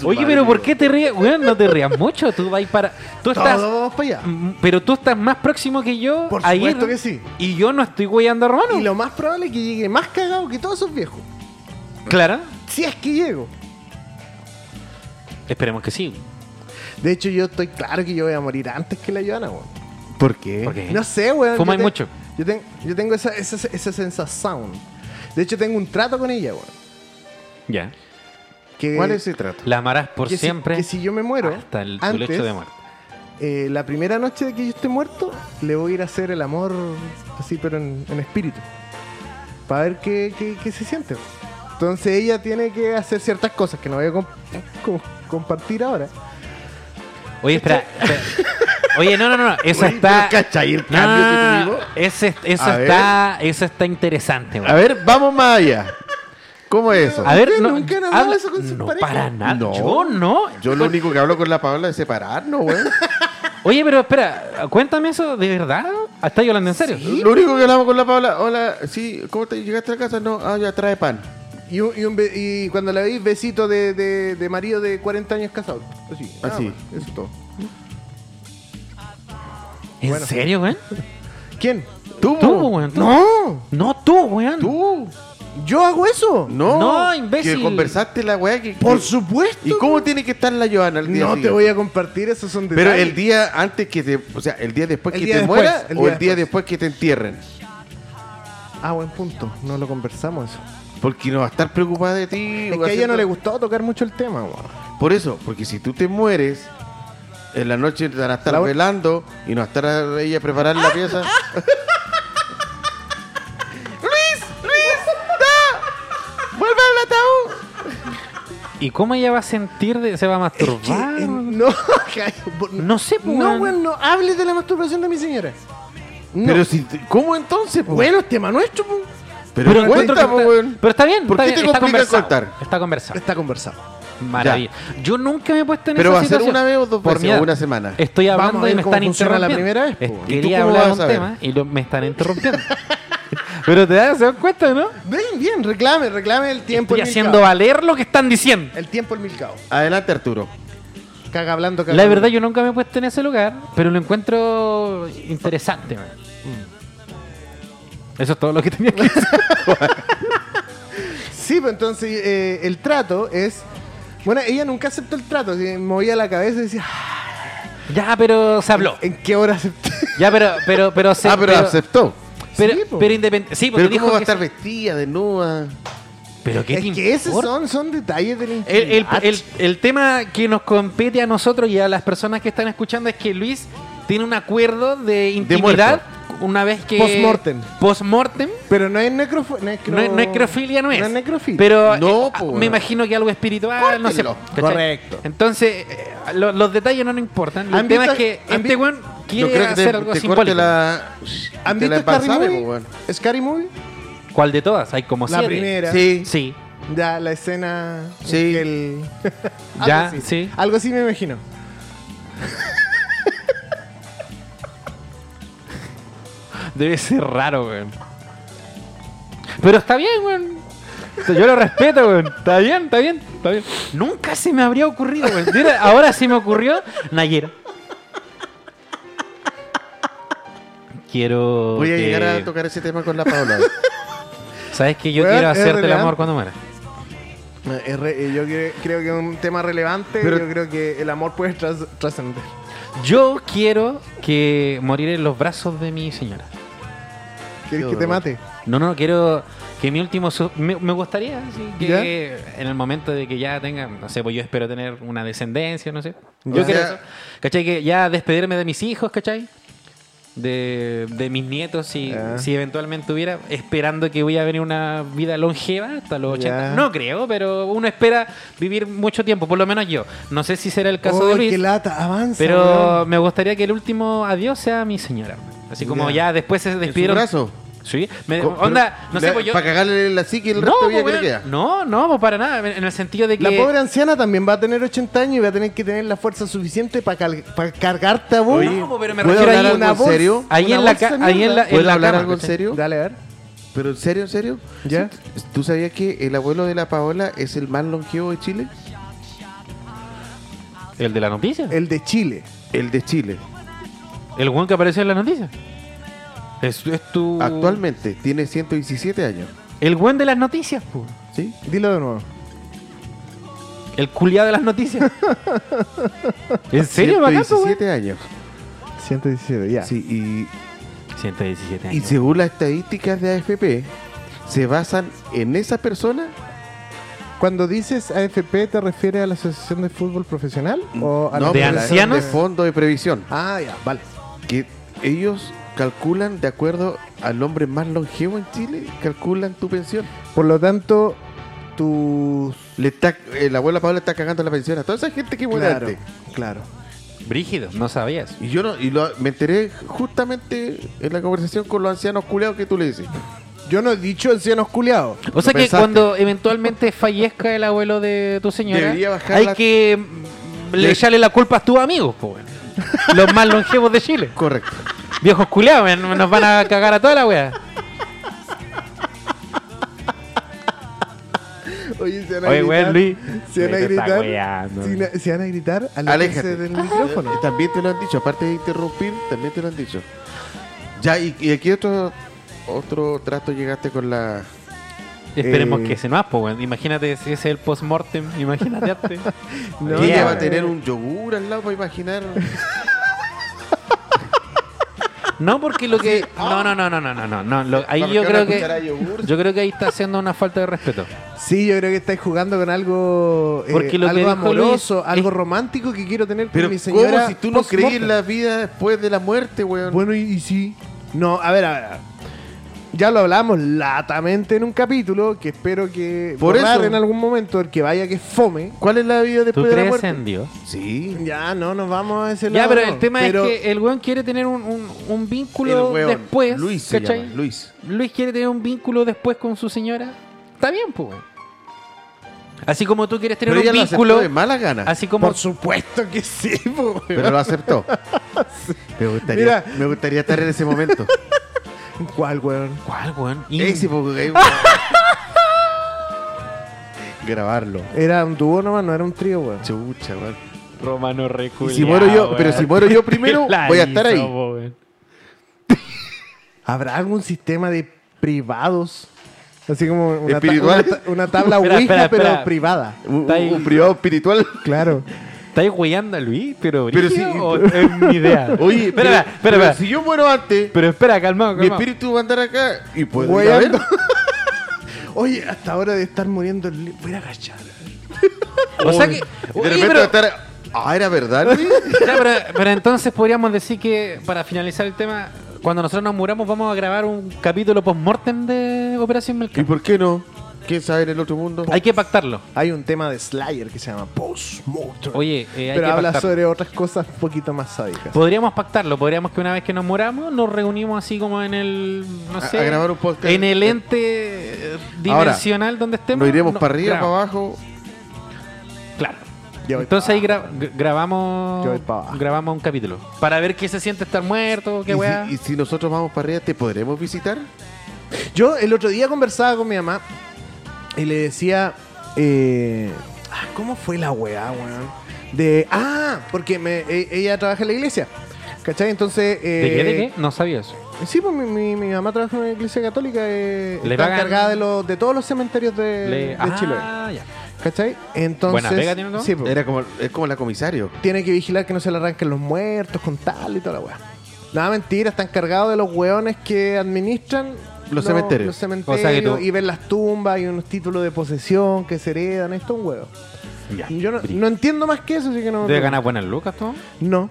S2: Oye, pero ¿por qué te ríes? Weón, no te rías mucho. Tú vas para. Tú
S3: Todos
S2: estás.
S3: vamos para allá.
S2: Mm, Pero tú estás más próximo que yo
S3: Por
S2: a
S3: supuesto
S2: ir,
S3: que sí.
S2: Y yo no estoy guayando a Romano.
S3: Y lo más probable es que llegue más cagado que todos esos viejos.
S2: Claro.
S3: Si es que llego.
S2: Esperemos que sí.
S3: De hecho, yo estoy claro que yo voy a morir antes que la Joana, weón.
S1: ¿Por qué?
S2: ¿Por qué?
S3: No sé, weón.
S2: Fumáis
S3: Yo te-
S2: mucho.
S3: Yo, ten- yo tengo esa, esa, esa sensación. De hecho, tengo un trato con ella, weón.
S2: Ya.
S3: Que,
S1: ¿Cuál es ese trato?
S2: La amarás por
S3: que si-
S2: siempre.
S3: que si yo me muero,
S2: Hasta el tu
S3: antes,
S2: lecho de muerte.
S3: eh, la primera noche de que yo esté muerto, le voy a ir a hacer el amor así, pero en, en espíritu. Para ver qué, qué- qué se siente. weón. Entonces ella tiene que hacer ciertas cosas que no voy a comp- com- compartir ahora.
S2: Oye, espera. espera. Oye, no, no, no. no, Esa
S1: Oye,
S2: está.
S1: pero ¿cachai el
S2: No,
S1: cambio que
S2: no, no, no,
S1: tuvimos?
S2: ese- eso
S1: A
S2: está, eso está interesante. weón.
S1: A ver, vamos más allá. ¿Cómo es eso?
S2: A ver,
S3: ¿Ustedes
S2: no,
S3: nunca han hablado
S2: habla-
S3: eso con sus
S2: no,
S3: parejas?
S2: para nada.
S1: No.
S2: Yo no.
S1: Yo lo único que hablo con la Paola es separarnos, güey.
S2: Oye, pero espera, cuéntame eso de verdad. ¿Estás hablando en serio?
S1: Lo único que hablamos con la Paola, hola, sí, ¿cómo te llegaste a la casa? No, ah, ya trae pan.
S3: Y, un- y un be- y cuando la veis, besito de, de, de marido de 40 años casado. Así. nada
S1: Así.
S3: más. Eso es todo.
S2: ¿En
S3: Bueno.
S2: serio, güey?
S3: ¿Quién?
S1: Tú,
S2: Tú, weón, tú.
S1: No,
S2: No tú, weón.
S1: tú.
S3: ¿Yo hago eso?
S1: No,
S2: No, imbécil.
S1: Que conversaste la weá que.
S3: Por
S1: que-
S3: supuesto.
S1: ¿Y cómo tiene que estar la Joana el día
S3: No
S1: siguiente?
S3: te voy a compartir, esos son
S1: Pero
S3: detalles.
S1: el día antes que te. O sea, el día después
S3: El
S1: que
S3: día
S1: te
S3: después,
S1: mueras
S3: el
S1: o
S3: día
S1: el día
S3: después.
S1: después que te entierren.
S3: Ah, buen punto. No lo conversamos eso.
S1: Porque no va a estar preocupada de ti.
S3: Es que a ella no le gustó tocar mucho el tema, weón.
S1: Por eso, porque si tú te mueres, en la noche te van a estar
S3: La-
S1: velando y no va a estar ella preparando la pieza.
S3: ¡Vuelve al ataúd!
S2: ¿Y cómo ella va a sentir? de- ¿Se va a masturbar?
S3: Que, eh, no, Jairo,
S2: No sé, pues,
S3: No,
S2: weón.
S3: weón, no hables de la masturbación de mi señora. No.
S1: Pero si. ¿Cómo entonces,
S2: pues?
S1: po?
S3: bueno, es tema nuestro, pues. po.
S1: pero,
S2: encuentro
S1: cuenta,
S2: que está,
S1: po, weón.
S2: pero está bien.
S1: ¿Por
S2: está
S1: qué
S2: bien,
S1: te
S2: está
S1: complica
S2: conversado,
S1: contar?
S2: Está conversado.
S3: Está conversado.
S2: Maravilla. Yo nunca me he puesto en
S1: Pero
S2: esa
S1: va a ser
S2: situación.
S1: una vez o dos
S2: Por
S1: veces,
S2: miedo.
S1: o una semana.
S2: Estoy
S3: Vamos a
S2: hablando
S3: ver
S2: y me
S3: cómo
S2: están
S3: funciona
S2: interrumpiendo.
S3: la primera vez,
S2: Es-
S3: po.
S1: ¿Y tú
S2: Quería
S1: cómo
S2: hablar de
S1: vas
S2: un
S1: a saber?
S2: tema y lo- me están interrumpiendo. pero te das, se dan cuenta, ¿no?
S3: Ven, bien, reclame, reclame el tiempo.
S2: Estoy
S3: el
S2: haciendo
S3: milcao.
S2: valer lo que están diciendo.
S3: El tiempo el milcao.
S1: Adelante, Arturo.
S3: Caga hablando, caga
S2: La
S3: hablando.
S2: verdad, yo nunca me he puesto en ese lugar, pero lo encuentro interesante. man.
S1: Mm.
S2: Eso es todo lo que tenía que decir.
S3: Sí, pues entonces eh, el trato es. Bueno, ella nunca aceptó el trato. así, movía la cabeza y decía, "Ah,
S2: ya, pero se habló.
S3: ¿en qué hora acepté?
S2: Ya, pero, pero, pero se.
S1: Eh, ah, pero, aceptó.
S2: Pero,
S3: Sí, po.
S2: pero independiente. Sí, porque
S1: Pero
S2: dijo
S1: ¿cómo va a
S2: que
S1: estar
S2: sí.
S1: vestida, desnuda?
S2: Pero qué
S3: Es
S2: te
S3: que esos
S2: importa?
S3: son, son detalles del
S2: El, el-
S3: Ah,
S2: el- el tema que nos compete a nosotros y a las personas que están escuchando es que Luis tiene un acuerdo de intimidad una vez que.
S3: Postmortem.
S2: Postmortem.
S3: Pero no es necrofilia. Necro...
S2: No, es- no es necrofilia, no es.
S3: No es necrofilia.
S2: Pero
S1: No,
S2: eh,
S1: po,
S2: me
S1: bueno.
S2: imagino que algo espiritual, no sé.
S1: Córtenlo.
S2: ¿cachai?
S3: Correcto.
S2: Entonces, eh, lo- los detalles no nos importan.
S3: ¿Han
S2: El tema
S3: visto-
S2: es que
S3: han
S2: este
S3: visto-
S2: weón
S1: Yo
S2: quiere
S1: creo que
S2: hacer
S1: te,
S2: algo
S1: te
S2: simbólico.
S1: corte la.
S3: ¿Han
S1: te la
S3: visto Scary
S1: embalsame,
S3: Movie?
S1: po, weón.
S3: Scary Movie?
S2: ¿Cuál de todas? Hay como
S3: La
S2: siete.
S3: primera.
S1: Sí.
S2: Sí.
S3: Ya, la escena. en
S1: Sí.
S3: que el- Algo
S2: Ya,
S3: así.
S2: sí.
S3: Algo así me imagino.
S2: Debe ser raro, weón. Pero está bien, weón. O sea, Yo lo respeto, weón. Está bien, está bien, está bien. Nunca se me habría ocurrido, weón. Mira, ahora se me ocurrió Nayera. Quiero.
S1: Voy a
S2: que-
S1: llegar a tocar ese tema con la Paola.
S2: Sabes que yo
S3: Weón,
S2: quiero
S3: es
S2: hacerte el
S3: relevante.
S2: amor cuando muera.
S3: Eh, es re- eh, yo cre- creo que es un tema relevante.
S1: Pero-
S3: yo creo que el amor puede tras- trascender.
S2: Yo quiero que morir en los brazos de mi señora.
S3: ¿Quieres
S1: Yo,
S3: que te
S1: bro.
S3: mate?
S2: No, no, quiero que mi último... su- me, me gustaría así, que
S3: ¿Ya?
S2: en el momento de que ya tenga, no sé, pues yo espero tener una descendencia, no sé. Yo
S1: Ya.
S2: quiero
S1: Ya.
S2: eso. ¿Cachai? Que ya despedirme de mis hijos, ¿cachai? De, de mis nietos, si,
S3: Ya.
S2: si eventualmente hubiera, esperando que voy a venir una vida longeva hasta los 80.
S3: Ya.
S2: No creo, pero uno espera vivir mucho tiempo, por lo menos yo. No sé si será el caso de
S3: Oh,
S2: Luis.
S3: qué lata, avanza.
S2: Pero
S3: weón.
S2: me gustaría que el último adiós sea mi señora. Así como
S3: Ya.
S2: ya después se
S1: ¿En su
S2: despidieron.
S1: brazo?
S2: Sí, me- Eh, onda, no sé, pues yo.
S1: Para cagarle la psique y el
S2: no,
S1: resto de vida
S2: pues,
S1: que le
S2: weón,
S1: queda.
S2: no, no, pues para nada. En el sentido de que.
S3: La pobre anciana también va a tener 80 años y va a tener que tener la fuerza suficiente para cargarte a vos.
S1: Oye,
S2: No, pues, pero me
S1: ¿puedo
S2: refiero
S1: hablar
S2: ahí
S1: algo
S2: una
S1: en
S2: voz.
S1: serio?
S2: ahí
S3: una
S2: en la,
S3: bolsa
S2: ca-
S3: de
S2: ahí en la,
S3: mierda.
S2: en
S1: ¿Puedo
S2: la
S1: hablar
S2: cama,
S1: algo en
S2: ¿cachai?
S1: serio?
S3: Dale, a ver.
S1: ¿Pero en serio, en serio?
S3: ¿Ya?
S1: ¿Tú sabías que el abuelo de la Paola es el más longevo de Chile?
S2: El de la noticia. El,
S3: El de Chile.
S1: El de Chile.
S2: weón que apareció en la noticia. Es, es tu.
S1: Actualmente tiene 117 años.
S2: El buen de las noticias, pues, po.
S1: ¿Sí?
S3: Dilo de nuevo.
S2: El culiado de las noticias. ¿En serio, bacán, pues, po, weón?
S1: 117 años.
S3: 117, ya.
S1: Sí, y-
S2: 117
S1: y,
S2: años.
S1: según las estadísticas de AFP, se basan en esa persona.
S3: Cuando dices AFP, ¿te refieres a la Asociación de Fútbol Profesional? ¿O Oh, a la
S1: No,
S2: ¿De
S1: pues, la-
S2: ancianos?
S1: De fondo de previsión.
S3: Ah, ya, vale.
S1: Que ellos calculan, de acuerdo al hombre más longevo en Chile, calculan tu pensión.
S3: Por lo tanto, tus...
S1: Le está, eh, la abuela Paola está cagando la pensión a toda esa gente que muere
S3: Claro,
S1: antes.
S3: claro.
S2: Brígido, no sabías.
S1: Y yo no, y lo- me enteré justamente en la conversación con los ancianos culeados que tú le dices.
S3: Yo no he dicho ancianos culiados.
S2: O sea
S1: Lo
S2: que
S1: pensaste.
S2: cuando eventualmente fallezca el abuelo de tu señora,
S1: Debería bajar
S2: hay
S1: la-
S2: que mm, le echarle la culpa a tus amigos, po, weón. los más longevos de Chile.
S1: Correcto.
S2: Viejos culeados, weón, nos van a cagar a toda la wea.
S3: Oye, se van
S2: Oye, weón, Luis.
S3: Se van a
S2: Luis, te está
S3: gritar.
S2: weando.
S3: Se van a- se van a gritar.
S1: Aléjate.
S3: Ah, Aléjense del micrófono.
S1: También te lo han dicho, aparte de interrumpir, también te lo han dicho. Ya, y, y aquí otro, otro trato llegaste con la...
S2: Esperemos
S1: Eh.
S2: que se nos pues, weón. Imagínate si ese es el post-mortem. Imagínate. arte.
S3: No,
S1: que ella
S3: ya,
S1: va a
S3: eh.
S1: tener un yogur al lado para imaginar.
S2: No, porque lo que. No, no, no, no, no, no. no, no. Lo- ahí
S1: Para pescar
S2: yo
S1: una
S2: creo
S1: cuchara de
S2: que.
S1: yogur.
S2: Yo creo que ahí está haciendo una falta de respeto.
S3: Sí, yo creo que estáis jugando con algo, eh,
S2: Porque lo que
S3: algo
S2: dijo
S3: amoroso,
S2: Luis es-
S3: algo romántico que quiero tener
S1: Pero
S3: con mi
S1: ¿cómo
S3: señora.
S1: si tú no crees en
S3: post-mortem.
S1: la vida después de la muerte, weón?
S3: Bueno, y, y sí. No, a ver, a ver, a ver. Ya lo hablamos latamente en un capítulo que espero que
S1: Por
S3: borrar
S1: eso.
S3: en algún momento el que vaya que fome.
S1: ¿Cuál es la vida
S2: ¿Tú
S1: después de la
S2: crees
S1: muerte?
S2: en Dios?
S1: Sí.
S3: Ya, no, nos vamos a ese
S2: Ya,
S3: lado,
S2: pero
S3: no.
S2: el tema
S3: Pero-
S2: es que el weón quiere tener un, un- un vínculo
S1: El weón,
S2: después.
S1: Luis se
S2: ¿cachai?
S1: llama, Luis.
S2: Luis quiere tener un vínculo después con su señora. Está bien, pues. weón. Así como tú quieres tener
S1: Pero ella
S2: un
S1: lo aceptó
S2: vínculo.
S1: de mala gana.
S2: Así como.
S3: Por supuesto que sí, po, weón.
S1: Pero lo aceptó. me, gustaría,
S3: Mira.
S1: me gustaría estar en ese momento.
S3: ¿Cuál, weón?
S2: ¿Cuál, weón?
S1: Ese, porque hay- Grabarlo.
S3: Era un dúo nomás, no era un trío, weón.
S1: Chucha, weón.
S2: Romano
S1: Y
S2: reculiao,
S1: si muero yo,
S2: weón.
S1: pero si muero yo primero,
S2: La
S1: voy a estar
S2: hizo,
S1: ahí.
S2: po, weón.
S3: ¿Habrá algún sistema de privados? Así como una, ta-
S1: Espiritual.
S3: una ta- una tabla
S2: Espera,
S3: Ouija,
S2: espera,
S3: pero
S2: espera.
S3: privada.
S1: Un,
S2: Está ahí.
S1: un privado espiritual.
S3: Claro.
S2: ¿Estáis weyando a Luis? Pero,
S1: Pero
S2: brígido,
S1: sí.
S2: o- es mi idea.
S1: Oye,
S2: espera,
S1: pero-
S2: espera, espera.
S1: pero si yo muero antes,
S2: Pero espera, calmado,
S1: mi
S2: calmado.
S1: espíritu va a andar acá y puede ir a ver.
S3: Weyando. Oye, hasta ahora de estar muriendo, li- voy a ir a agachar.
S2: O sea que.
S1: Y
S2: oye,
S1: de repente
S2: pero,
S1: va a estar. Ah, era verdad, Luis?
S2: ya, pero- pero entonces podríamos decir que, para finalizar el tema, cuando nosotros nos muramos, vamos a grabar un capítulo post-mortem de Operación
S1: ¿Y
S2: Melcar.
S1: por qué no? ¿Quién sabe en el otro mundo?
S2: Hay que pactarlo.
S3: Hay un tema de Slayer que se llama Post Mortem.
S2: Oye, eh, hay
S3: pero
S2: que
S3: habla
S2: pactarlo.
S3: sobre otras cosas un poquito más sádicas.
S2: Podríamos pactarlo, podríamos que una vez que nos muramos nos reunimos así como en el, no
S1: A-
S2: sé,
S1: a grabar un podcast.
S2: en el ente eh,
S1: Ahora,
S2: dimensional donde estemos.
S1: ¿No iremos
S2: no,
S1: para arriba,
S2: grabamos.
S1: para abajo?
S2: Claro.
S3: Ya voy
S2: Entonces
S3: pa-
S2: ahí gra- g- grabamos
S3: Yo voy pa' abajo.
S2: grabamos un capítulo para ver qué se siente estar muerto, qué
S1: ¿Y si-
S2: weá.
S1: ¿Y si nosotros vamos para arriba, te podremos visitar?
S3: Yo el otro día conversaba con mi mamá y le decía, eh, ah, ¿cómo fue la weá, weón? De, ah, porque me- e- ella trabaja en la iglesia. ¿Cachai? Entonces... eh,
S2: ¿De qué? ¿De qué? No sabía eso.
S3: Sí, pues mi, mi- mi mamá trabaja en una iglesia católica. eh,
S2: Le
S3: está
S2: pagan-
S3: encargada de, los, de todos los cementerios de,
S2: Le-
S3: de
S2: Ah,
S3: Chiloé.
S2: ya.
S3: ¿Cachai? Entonces...
S2: Buena pega tiene, ¿no?
S3: Sí, pues.
S1: Era como, es como la comisario.
S3: tiene que vigilar que no se le arranquen los muertos con tal y toda la weá. Nada, mentira, está encargado de los weones que administran
S1: Los cementerios.
S3: los cementerios
S2: O sea que tú-
S3: y ven las tumbas y unos títulos de posesión que se heredan. Esto es un huevo. Yo no, no entiendo más que eso, así que no.
S2: Debe
S3: me pregunto.
S2: ganar buenas lucas, ¿no?
S3: No.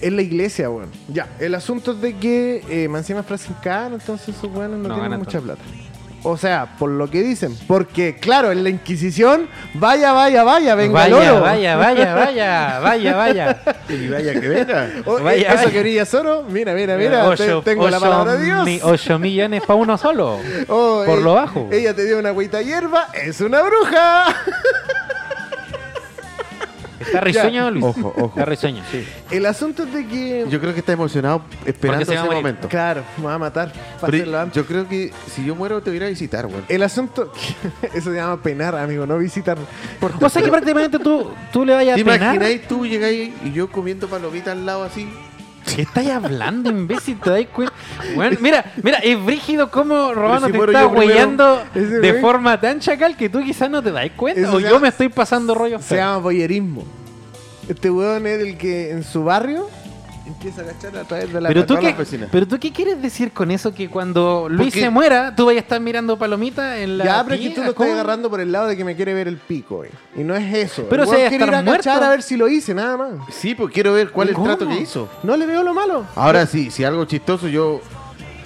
S3: Es la iglesia, weón. Ya, el asunto es de que eh, Mancina es franciscano, entonces esos weones no,
S2: No
S3: tienen
S2: ganan
S3: mucha plata. O sea, por lo que dicen. Porque, claro, en la Inquisición, vaya, vaya, vaya, venga el
S2: vaya,
S3: oro.
S2: vaya, vaya, vaya, vaya, vaya.
S1: Y vaya que venga.
S3: Oh,
S2: Vaya,
S3: eso
S2: vaya. Eh,
S3: que brilla solo, mira, mira, mira, te-
S2: Ocho-
S3: tengo la
S2: ocho
S3: palabra de Dios.
S2: mi- ocho millones para uno solo.
S3: Oh,
S2: por
S3: eh,
S2: lo bajo.
S3: Ella te dio una agüita hierba, es una bruja.
S2: Está risueño, Luis.
S1: Ojo, ojo.
S2: Está risueño.
S3: El asunto es de que.
S1: Yo creo que está emocionado esperando
S2: Porque se
S1: ese
S2: va a morir.
S1: momento.
S3: Claro, me va a matar. para
S1: Pero
S3: hacerlo antes.
S1: yo creo que si yo muero te voy a ir a visitar, weón.
S3: El asunto. Eso se llama penar, amigo, no visitar.
S2: O sea que prácticamente tú, tú le vayas
S1: ¿Te
S2: a penar.
S1: imagináis tú llegáis y yo comiendo palomitas al lado así?
S2: ¿Qué estáis hablando, imbécil? ¿Te dais cuenta? Bueno, mira, mira, es brígido como Romano
S1: si
S2: te
S1: muero
S2: está
S1: yo primero,
S2: huellando
S3: ese
S2: de
S3: güey-
S2: forma tan chacal que tú quizás no te das cuenta.
S3: Eso
S2: O
S3: se
S2: yo
S3: llama-
S2: me estoy pasando rollo
S3: Se
S2: feo.
S3: llama boyerismo. Este weón es el que en su barrio empieza a agachar a través de la
S2: Pero tú,
S1: todas
S2: qué,
S1: las vecinas.
S2: pero tú qué quieres decir con eso que cuando Luis
S1: Porque-
S2: se muera, tú vayas a estar mirando palomitas en la
S3: Ya, pero es que
S2: tía?
S3: tú lo estás
S2: ¿Cómo?
S3: agarrando por el lado de que me quiere ver el pico, güey. Y no es eso.
S2: Pero
S3: el
S2: si
S3: weón
S2: debe
S3: quiere ir a
S2: estar
S3: agachar
S2: muerto.
S3: a ver si lo hice, nada más.
S1: Sí, pues quiero ver cuál es el
S2: ¿Cómo?
S1: trato que hizo.
S3: No le veo lo malo.
S1: Ahora sí, si algo chistoso yo...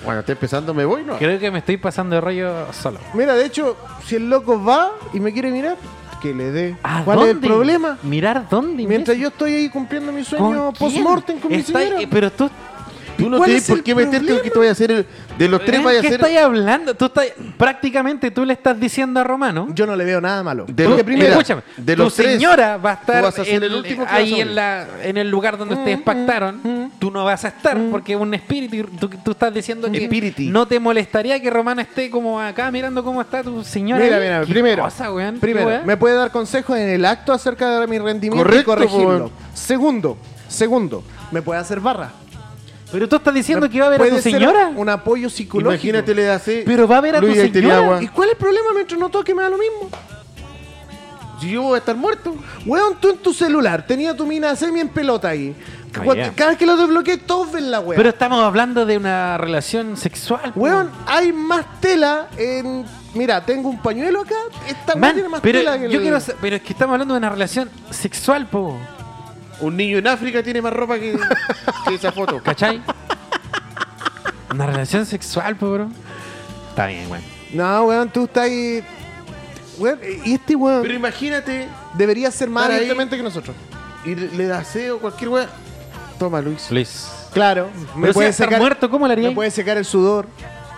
S1: Bueno, está empezando, me voy, ¿no?
S2: Creo que me estoy pasando de rollo solo.
S3: Mira, de hecho, si el loco va y me quiere mirar, que le dé.
S2: ¿A
S3: ¿Cuál es el
S2: dónde?
S3: problema?
S2: Mirar dónde.
S3: Mientras
S2: imbécil?
S3: yo estoy ahí cumpliendo mi
S2: ¿Con quién?
S3: sueño post-mortem con mi
S2: Está-
S3: señora.
S2: eh, Pero tú,
S1: Tú no
S3: ¿Cuál
S1: tienes
S3: es
S1: por
S3: el
S1: qué meterte
S3: problema?
S1: porque tú vayas a hacer... el- de los tres
S2: ¿En
S1: vayas a
S2: ¿Eh? ¿Qué
S1: hacer...
S2: estás hablando? Tú estás, prácticamente tú le estás diciendo a Romano.
S3: Yo no le veo nada malo.
S1: De
S2: Tú-
S1: los- mira,
S2: escúchame,
S1: de
S2: tu
S1: los tres,
S2: señora va a estar
S1: tú vas a ser
S2: en-
S1: el último que vas
S2: ahí
S1: a
S2: en, la, en el lugar donde ustedes pactaron. Tú no vas a estar porque es un espíritu. y Tú, tú estás diciendo que
S1: Espíritu.
S2: no te molestaría que Romano esté como acá mirando cómo está tu señora.
S3: Mira,
S2: ahí.
S3: mira,
S2: ¿Qué
S3: primero,
S2: cosa, weón? ¿Qué
S3: primero
S2: weá?
S3: me puede dar consejos en el acto acerca de mi rendimiento
S1: Correcto,
S3: y corregirlo.
S1: weón.
S3: Segundo, segundo, me puede hacer barra.
S2: Pero tú estás diciendo que va a haber a
S3: Puede
S2: tu
S3: ser
S2: señora.
S3: Un apoyo psicológico.
S1: Imagínate le hace.
S2: Pero va a ver a tu
S1: Luis
S2: señora.
S1: Aiteliagua.
S3: ¿Y cuál es el problema mientras no toque? Me da lo mismo.
S1: Si yo voy a estar muerto.
S3: Weón, tú en tu celular tenías tu mina semi en pelota ahí.
S2: Ah,
S3: Cuando-
S2: ya.
S3: Cada vez que lo desbloqueé, todos ven la weá.
S2: Pero estamos hablando de una relación sexual. po.
S3: Weón, hay más tela en. Mira, tengo un pañuelo acá. Esta weá
S2: Man,
S3: tiene más
S2: pero,
S3: tela que el-
S2: yo quiero sa- pero es que estamos hablando de una relación sexual, po.
S1: Un niño en África tiene más ropa que, que esa foto.
S2: ¿Cachai? una relación sexual, po, bro. Está bien, weón.
S3: No, weón, tú estás ahí. Weón, y este weón
S1: Pero imagínate,
S3: debería ser más
S1: Para ahí-
S3: evidentemente que nosotros.
S1: y le le da aseo, cualquier weá. Toma, Luis.
S2: Luis.
S3: Claro,
S2: Pero si va a estar muerto, ¿cómo le haría?
S3: Me puede secar el sudor.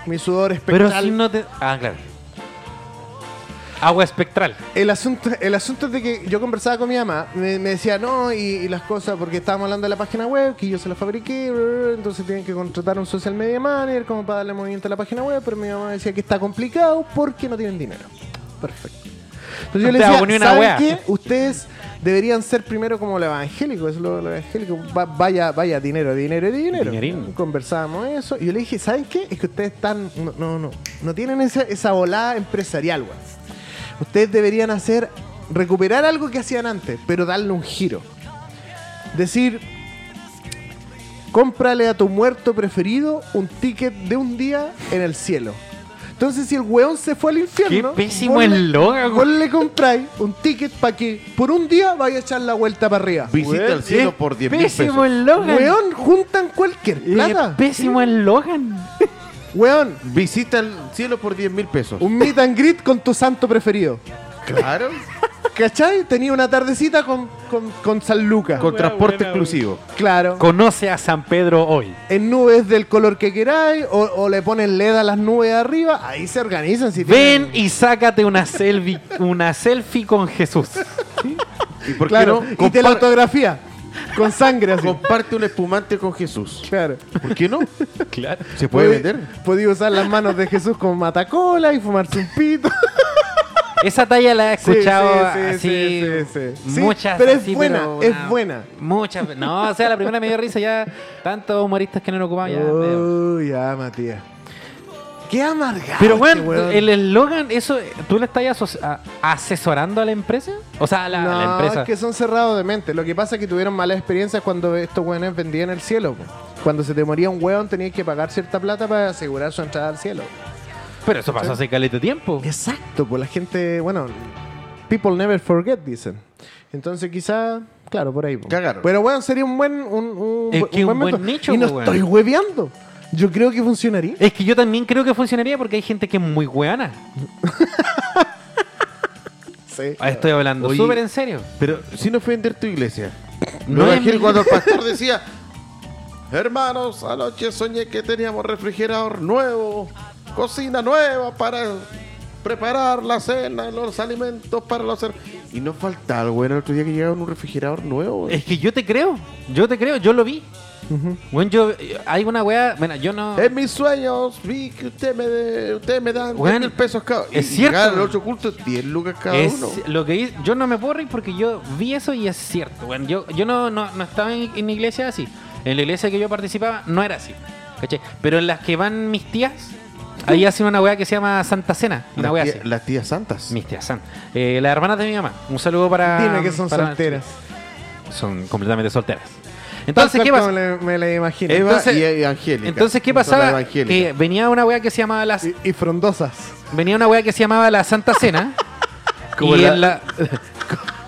S3: Mi sudor
S2: Pero
S3: espectral.
S2: si no te. Ah, claro. Agua espectral.
S3: El asunto, el asunto es de que yo conversaba con mi mamá, me, me decía no, y, y las cosas, porque estábamos hablando de la página web, que yo se la fabriqué, bla, bla, bla, entonces tienen que contratar un social media manager como para darle movimiento a la página web, pero mi mamá decía que está complicado porque no tienen dinero. Perfecto. Entonces yo
S2: No
S3: le
S2: te
S3: decía,
S2: hago ni una
S3: ¿saben
S2: wea".
S3: qué? Ustedes deberían ser primero como los evangélicos, es lo, lo evangélico, va- vaya, vaya, dinero, dinero, dinero.
S2: Dinerín.
S3: Conversábamos eso, y yo le dije, ¿saben qué? Es que ustedes están, no, no, no, no tienen esa, esa volada empresarial, weón. Ustedes deberían hacer, recuperar algo que hacían antes, pero darle un giro. Decir, cómprale a tu muerto preferido un ticket de un día en el cielo. Entonces, si el weón se fue al infierno,
S2: Qué pésimo
S3: vos le-
S2: eslogan,
S3: vos le compráis un ticket para que por un día vaya a echar la vuelta para arriba.
S1: Visita
S2: Weón,
S1: el cielo
S2: qué
S1: por 10 mil
S2: Pésimo
S1: pesos.
S2: el Logan.
S3: Weón, juntan cualquier
S2: Eh,
S3: plata.
S2: Pésimo el Logan.
S3: Weón,
S1: Visita el cielo por 10 mil pesos.
S3: un meet and greet con tu santo preferido.
S1: Claro.
S3: ¿Cachai? Tenía una tardecita con, con, con San Lucas.
S1: Con transporte
S2: buena,
S1: exclusivo.
S3: claro.
S2: Conoce a San Pedro hoy.
S3: en nubes del color que queráis, o, o le ponen LED a las nubes de arriba, ahí se organizan. Si
S2: Ven
S3: tienen-
S2: y sácate una selfie, una selfie con Jesús.
S1: ¿Y por qué
S3: Claro,
S1: no?
S3: y te la
S1: Compar-
S3: autografía con sangre así.
S1: comparte un espumante con Jesús.
S3: claro.
S1: ¿Por qué no?
S2: Claro.
S1: ¿Se puede vender?
S3: Podía usar las manos de Jesús como matacola y fumarse un pito.
S2: Esa talla la he
S3: Sí,
S2: escuchado
S3: sí, sí,
S2: así
S3: sí, sí, sí.
S2: muchas
S3: Sí, pero es
S2: así,
S3: buena, es
S2: no,
S3: buena.
S2: Muchas ve- No, o sea, la primera me dio risa ya. Tantos humoristas que no lo ocupaban Oh, ya. medio.
S3: Uy, ya, Matías. Qué amargado.
S2: Pero
S3: este
S2: bueno,
S3: weón.
S2: el eslogan, eso, ¿tú le estás aso- a- asesorando a la empresa? O sea, a la, a la
S3: No,
S2: empresa.
S3: es que son cerrados de mente. Lo que pasa es que tuvieron malas experiencias cuando estos weones vendían el cielo. po. Cuando se te moría un weón, tenías que pagar cierta plata para asegurar su entrada al cielo.
S2: Pero eso pasó hace caleta de tiempo.
S3: Exacto, pues la gente, bueno, people never forget, dicen. Entonces quizá, claro, por ahí. po.
S1: Cagaron.
S3: Pero bueno, sería un buen, un, un
S2: Es
S3: bu-
S2: que un buen
S3: método.
S2: nicho,
S3: Y no
S2: po, weón.
S3: estoy hueveando. Yo creo que funcionaría.
S2: Es que yo también creo que funcionaría porque hay gente que es muy hueana.
S3: Sí.
S2: Ah, Estoy hablando
S1: Oye.
S2: súper en serio.
S1: Pero sin ofender tu iglesia. No,
S2: No es
S1: imagino
S2: mi-
S1: cuando el pastor decía, hermanos, anoche soñé que teníamos refrigerador nuevo, cocina nueva para preparar la cena, los alimentos para los... her-". Y no faltaba el bueno el otro día que llegaba un refrigerador nuevo.
S2: Es que yo te creo. Yo te creo. Yo lo vi.
S3: Ujú.
S2: Bueno, yo... Hay una wea... Bueno, yo no...
S1: En mis sueños vi que usted me, de, usted me dan
S2: Weón,
S1: 10 mil pesos cada
S2: es
S1: y
S2: cierto.
S1: llegaron los ocho cultos, 10 lucas cada
S2: Es
S1: uno.
S2: lo que hice- yo no me puedo reír porque yo vi eso y es cierto. Bueno, yo, yo no, no, no estaba en, en iglesia así. En la iglesia que yo participaba no era así. ¿cachai? Pero en las que van mis tías, ahí hacen una weá que se llama Santa Cena. Una
S1: las,
S2: weá
S1: tía-
S2: así.
S1: las tías santas.
S2: Mis tías San. Eh, las hermanas de mi mamá. Un saludo para.
S3: Dime que son
S2: para-
S3: solteras.
S2: Son completamente solteras.
S3: Tal
S2: Entonces,
S3: cual
S2: ¿qué
S3: como
S2: pasa?
S3: le- me la imagino.
S1: Eva
S2: entonces-
S1: Ah, y, y Angélica.
S2: Entonces, ¿qué
S1: Son las
S2: pasaba?
S1: evangélicas.
S2: Que venía una weá que se llamaba las
S3: Y, y frondosas.
S2: Venía una weá que se llamaba la Santa Cena.
S1: Como
S2: y
S1: la-
S2: en la-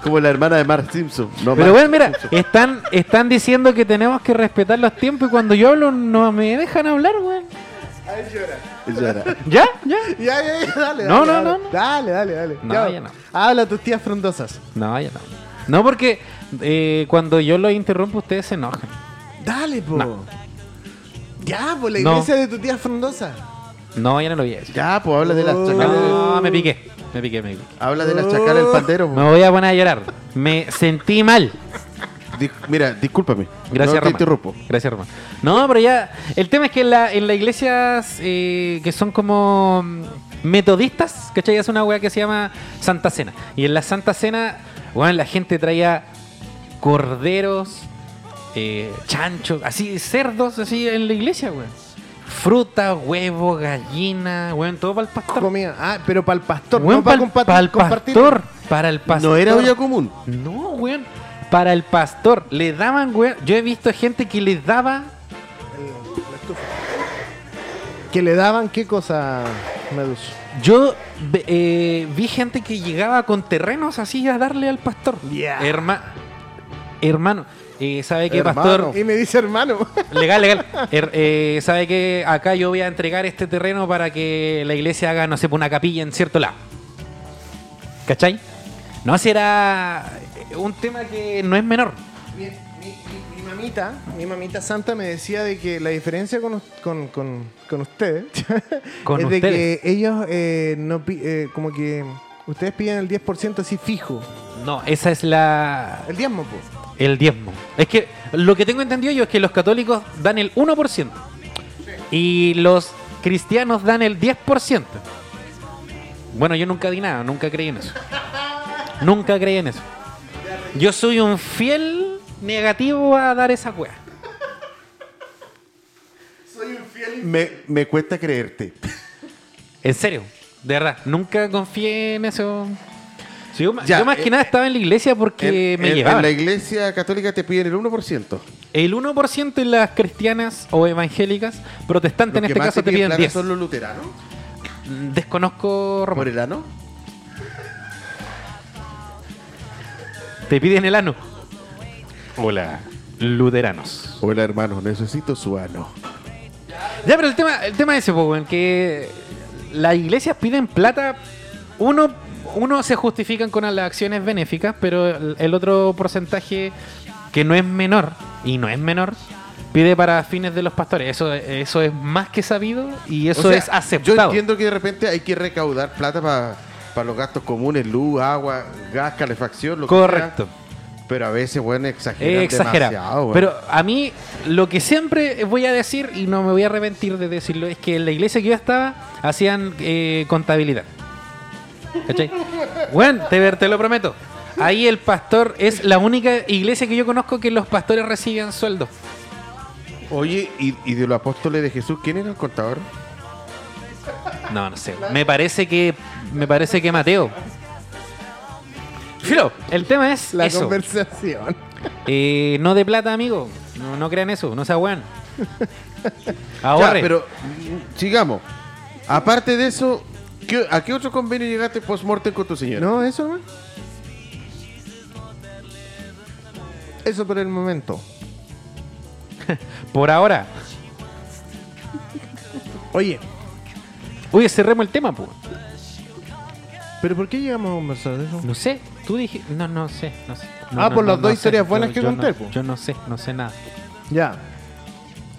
S1: Como la hermana de Mark Simpson. No,
S2: Pero
S1: Mark
S2: bueno, mira,
S1: Simpson.
S2: están, están diciendo que tenemos que respetar los tiempos y cuando yo hablo no me dejan hablar, weón.
S1: Ella era.
S2: ¿Ya? ¿Ya?
S3: Ya, ya, ya, dale.
S2: No,
S3: dale,
S2: no,
S3: dale.
S2: no, no.
S3: Dale, dale, dale.
S2: No, ya no.
S3: Habla a tus tías frondosas.
S2: No, ya no. No, porque eh, cuando yo los interrumpo ustedes se enojan.
S3: Dale, po.
S2: No.
S3: Ya, po, la
S2: No.
S3: iglesia de tu tía frondosa.
S2: No, ya no lo voy a decir.
S1: Ya, pues habla de
S2: Oh.
S1: las chacales.
S2: No, me piqué. Me piqué, me piqué.
S1: Habla de las chacales del pandero.
S2: Me voy a poner a llorar. Me sentí mal.
S1: Di- mira, discúlpame.
S2: Gracias,
S1: no te
S2: Román.
S1: interrumpo.
S2: Gracias, Román. No, pero ya. El tema es que en la, en las iglesias eh, que son como mm, metodistas, ¿cachai? Es una weá que se llama Santa Cena. Y en la Santa Cena, bueno, la gente traía corderos, eh, chanchos, así, cerdos, así en la iglesia, weón. Fruta, huevo, gallina, weón, todo para el pastor.
S3: Comida. Ah, pero para el pastor,
S2: Weón,
S3: no
S2: pa'l-
S3: para compa-
S2: pa'l
S3: compartir.
S2: pastor. Para el pastor.
S1: No era olla común.
S2: No, weón. Para el pastor. Le daban, weón. Yo he visto gente que les daba.
S3: Que le daban qué cosa, Medusa.
S2: Yo ve- eh, vi gente que llegaba con terrenos así a darle al pastor.
S3: Yeah.
S2: Herma- hermano. eh, ¿Sabe qué,
S1: Hermano.
S2: pastor?
S3: Y me dice hermano.
S2: Legal, legal. Er- eh, ¿Sabe que acá yo voy a entregar este terreno para que la iglesia haga, no sé, una capilla en cierto lado? ¿Cachai? No, si era un tema que no es menor.
S3: mi, mi- mi- mi mamita, mi mamita santa me decía de que la diferencia con, us- con, con- con ustedes
S2: Con
S3: es de
S2: ustedes.
S3: que ellos eh, no pi- eh, como que ustedes piden el 10% así fijo.
S2: No, esa es la.
S3: El diezmo, pues.
S2: El diezmo. Es que lo que tengo entendido yo es que los católicos dan el 1% y los cristianos dan el 10%. Bueno, yo nunca di nada, nunca creí en eso. Nunca creí en eso. Yo soy un fiel negativo a dar esa cueva.
S1: Me, me cuesta creerte.
S2: En serio, de verdad, nunca confié en eso. Sí, yo, ma-
S1: Ya,
S2: yo más
S1: eh,
S2: que nada estaba en la iglesia porque
S1: En-
S2: me
S1: en-
S2: llevaban.
S1: en la iglesia católica te piden el 1%.
S2: El 1% en las cristianas o evangélicas, protestantes en
S1: Los que
S2: este
S1: más
S2: caso, te piden
S1: plata
S2: 10.
S1: son los luteranos,
S2: Desconozco Román.
S1: morelanos.
S2: Te piden el ano. Hola. Luteranos.
S1: Hola hermanos, necesito su ano.
S2: Ya, pero el tema, el tema es ese, poco, en que las iglesias piden plata. Uno, uno se justifican con las acciones benéficas, pero el, el otro porcentaje que no es menor, y no es menor, pide para fines de los pastores. Eso, eso es más que sabido y eso
S1: O sea,
S2: es aceptado.
S1: Yo entiendo que de repente hay que recaudar plata para los gastos comunes, luz, agua, gas, calefacción, lo que
S2: Correcto.
S1: sea, pero a veces, bueno, exageran
S2: Eh,
S1: demasiado.
S2: exagerado.
S1: bueno.
S2: Pero a mí lo que siempre voy a decir, y no me voy a arrepentir de decirlo, es que en la iglesia que yo estaba hacían eh, contabilidad. ¿Cachai? Bueno, te, ver- te lo prometo. Ahí el pastor es la única iglesia que yo conozco que los pastores reciben sueldo.
S1: Oye, y, y de los apóstoles de Jesús, ¿quién era el contador?
S2: No, no sé. Me parece que me parece que Mateo. Filo, el tema es
S3: La
S2: eso.
S3: conversación.
S2: Eh, no de plata, amigo. No, no crean eso, no sea weón.
S1: Ya,
S2: Ahorre.
S1: pero mm, sigamos. Aparte de eso, ¿qué- ¿a qué otro convenio llegaste post-mortem con tu señora?
S3: No, eso nomás. Eso por el momento.
S2: Por ahora.
S3: Oye,
S2: Oye, cerremos el tema, pues.
S3: ¿pero por qué llegamos a conversar de eso?
S2: No sé. Tú dijiste. No, no sé. No sé. No,
S3: Ah,
S2: no,
S3: por
S2: no,
S3: las
S2: no
S3: dos
S2: sé.
S3: historias buenas que
S2: no-
S3: conté, po.
S2: Yo no sé, no sé nada.
S3: Ya.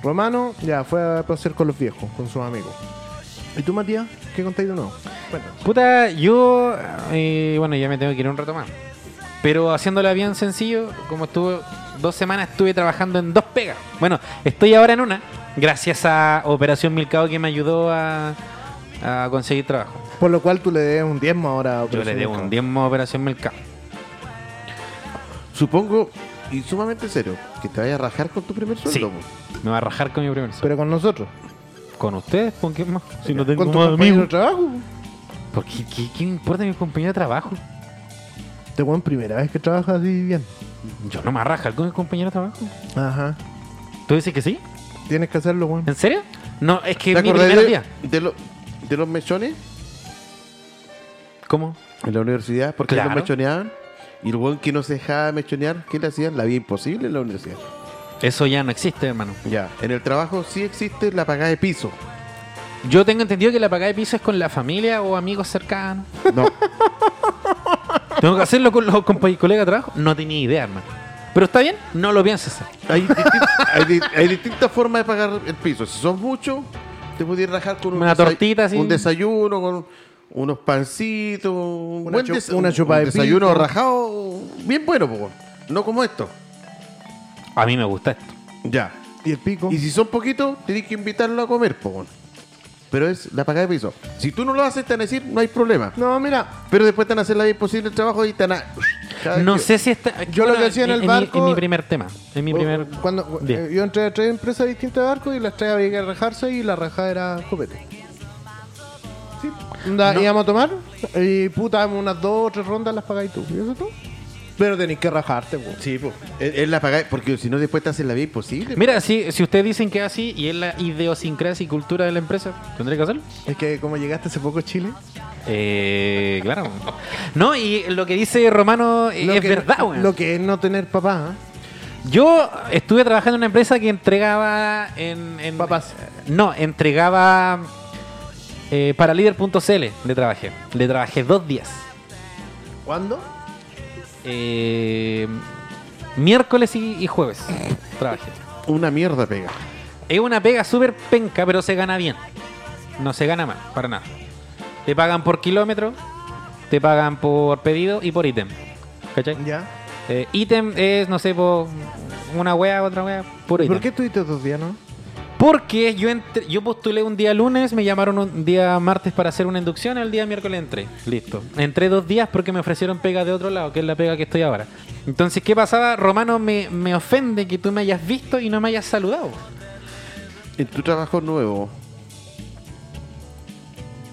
S3: Romano, ya, fue a pasear con los viejos, con sus amigos. ¿Y tú, Matías? ¿Qué contáis de nuevo? Cuéntanos.
S2: Puta, yo. eh, bueno, ya me tengo que ir un rato más. Pero haciéndola bien sencillo, como estuve dos semanas, estuve trabajando en dos pegas. Bueno, estoy ahora en una, gracias a Operación Milcao que me ayudó a, a conseguir trabajo.
S3: Por lo cual tú le debes un diezmo ahora a
S2: Yo le
S3: Operación
S2: debo un
S3: Mercado.
S2: diezmo a Operación Milcao.
S1: Supongo, y sumamente serio, que te vaya a rajar con tu primer sueldo. po.
S2: Me va a rajar con mi primer sueldo.
S3: Pero con nosotros.
S2: ¿Con ustedes? ¿Con quién más? Si no
S3: con
S2: tengo
S3: tu
S2: más
S3: compañero de
S2: amigos.
S3: trabajo.
S2: ¿Por qué, qué, qué importa mi compañero de trabajo?
S3: Te weón, primera vez que trabajas así bien.
S2: Yo no me arraja con mi compañero de trabajo.
S3: Ajá.
S2: ¿Tú dices que sí?
S3: Tienes que hacerlo, weón.
S2: ¿En serio? No, es que
S1: ¿Te
S2: es mi
S1: acordás
S2: primer
S1: de,
S2: día.
S1: de, lo- de los mechones
S2: ¿Cómo?
S1: en la universidad? Porque
S2: Claro.
S1: los mechoneaban. Y el weón que no se dejaba mechonear, ¿qué le hacían? La vida imposible en la universidad.
S2: Eso ya no existe, hermano.
S1: Ya. En el trabajo sí existe la pagada de piso.
S2: Yo tengo entendido que la pagada de piso es con la familia o amigos cercanos.
S1: No.
S2: ¿Tengo que hacerlo con los compa- colegas de trabajo? No tenía idea, hermano. Pero está bien, no lo pienses.
S1: hay, disti- hay di- hay distintas formas de pagar el piso. Si son muchos, te puedes rajar con un,
S2: Una
S1: desay-
S2: tortita, así.
S1: un desayuno, con unos pancitos, un
S3: Una
S1: buen
S3: chu-
S1: des-
S3: una
S1: un-
S3: chupa
S1: un
S3: de
S1: desayuno
S3: pico.
S1: rajado, bien bueno, po, no como esto.
S2: A mí me gusta esto.
S1: Ya.
S3: Y el pico.
S1: Y si son poquitos, tenés que invitarlo a comer, po, weón. Pero es la pagada de piso. Si tú no lo haces, te van a decir, no hay problema.
S3: No, mira.
S1: Pero después te van a hacer la vida imposible el trabajo y te van a... Cada
S2: No
S1: que-
S2: sé si está.
S3: Ah, Yo lo que hacía en el
S2: mi-
S3: barco- Oh,
S2: mi, primer tema. En mi primer.
S3: Cuando,
S2: Bien.
S3: eh, yo entré a tres empresas distintas de barco y las tres había que rajarse y la rajada era copete. Sí. Onda,
S2: No.
S3: Íbamos a tomar y puta, unas dos o tres rondas las pagáis tú. ¿Y eso tú? Pero tenéis que rajarte, po.
S1: Sí, pues. Él, él la paga, porque si no, después te hacen la vida imposible.
S2: Mira, si, si ustedes dicen que es así y es la idiosincrasia y cultura de la empresa, ¿tendré que hacerlo?
S3: Es que como llegaste hace poco a Chile.
S2: Eh, claro. No, y lo que dice Romano eh,
S3: lo
S2: es
S3: que-
S2: verdad, weón.
S3: Lo que es no tener papá. ¿eh?
S2: Yo estuve trabajando en una empresa que entregaba en. en-
S3: Papas.
S2: No, entregaba. eh, para líder.cl le trabajé. Le trabajé dos días.
S3: ¿Cuándo?
S2: Eh, miércoles y, y jueves trabajé.
S1: Una mierda pega.
S2: Es una pega súper penca, pero se gana bien. No se gana mal, para nada. Te pagan por kilómetro, te pagan por pedido y por ítem. ¿Cachai?
S3: Ya.
S2: Eh, ítem es, no sé, po, una wea, otra wea, puro
S3: ¿Y
S2: ítem.
S3: ¿Por qué estuviste otros días, no?
S2: Porque yo entré- yo postulé un día lunes, me llamaron un día martes para hacer una inducción, el día miércoles entré. Listo. Entré dos días porque me ofrecieron pega de otro lado, que es la pega que estoy ahora. Entonces, ¿qué pasaba? Romano, me, me ofende que tú me hayas visto y no me hayas saludado.
S1: En tu trabajo nuevo,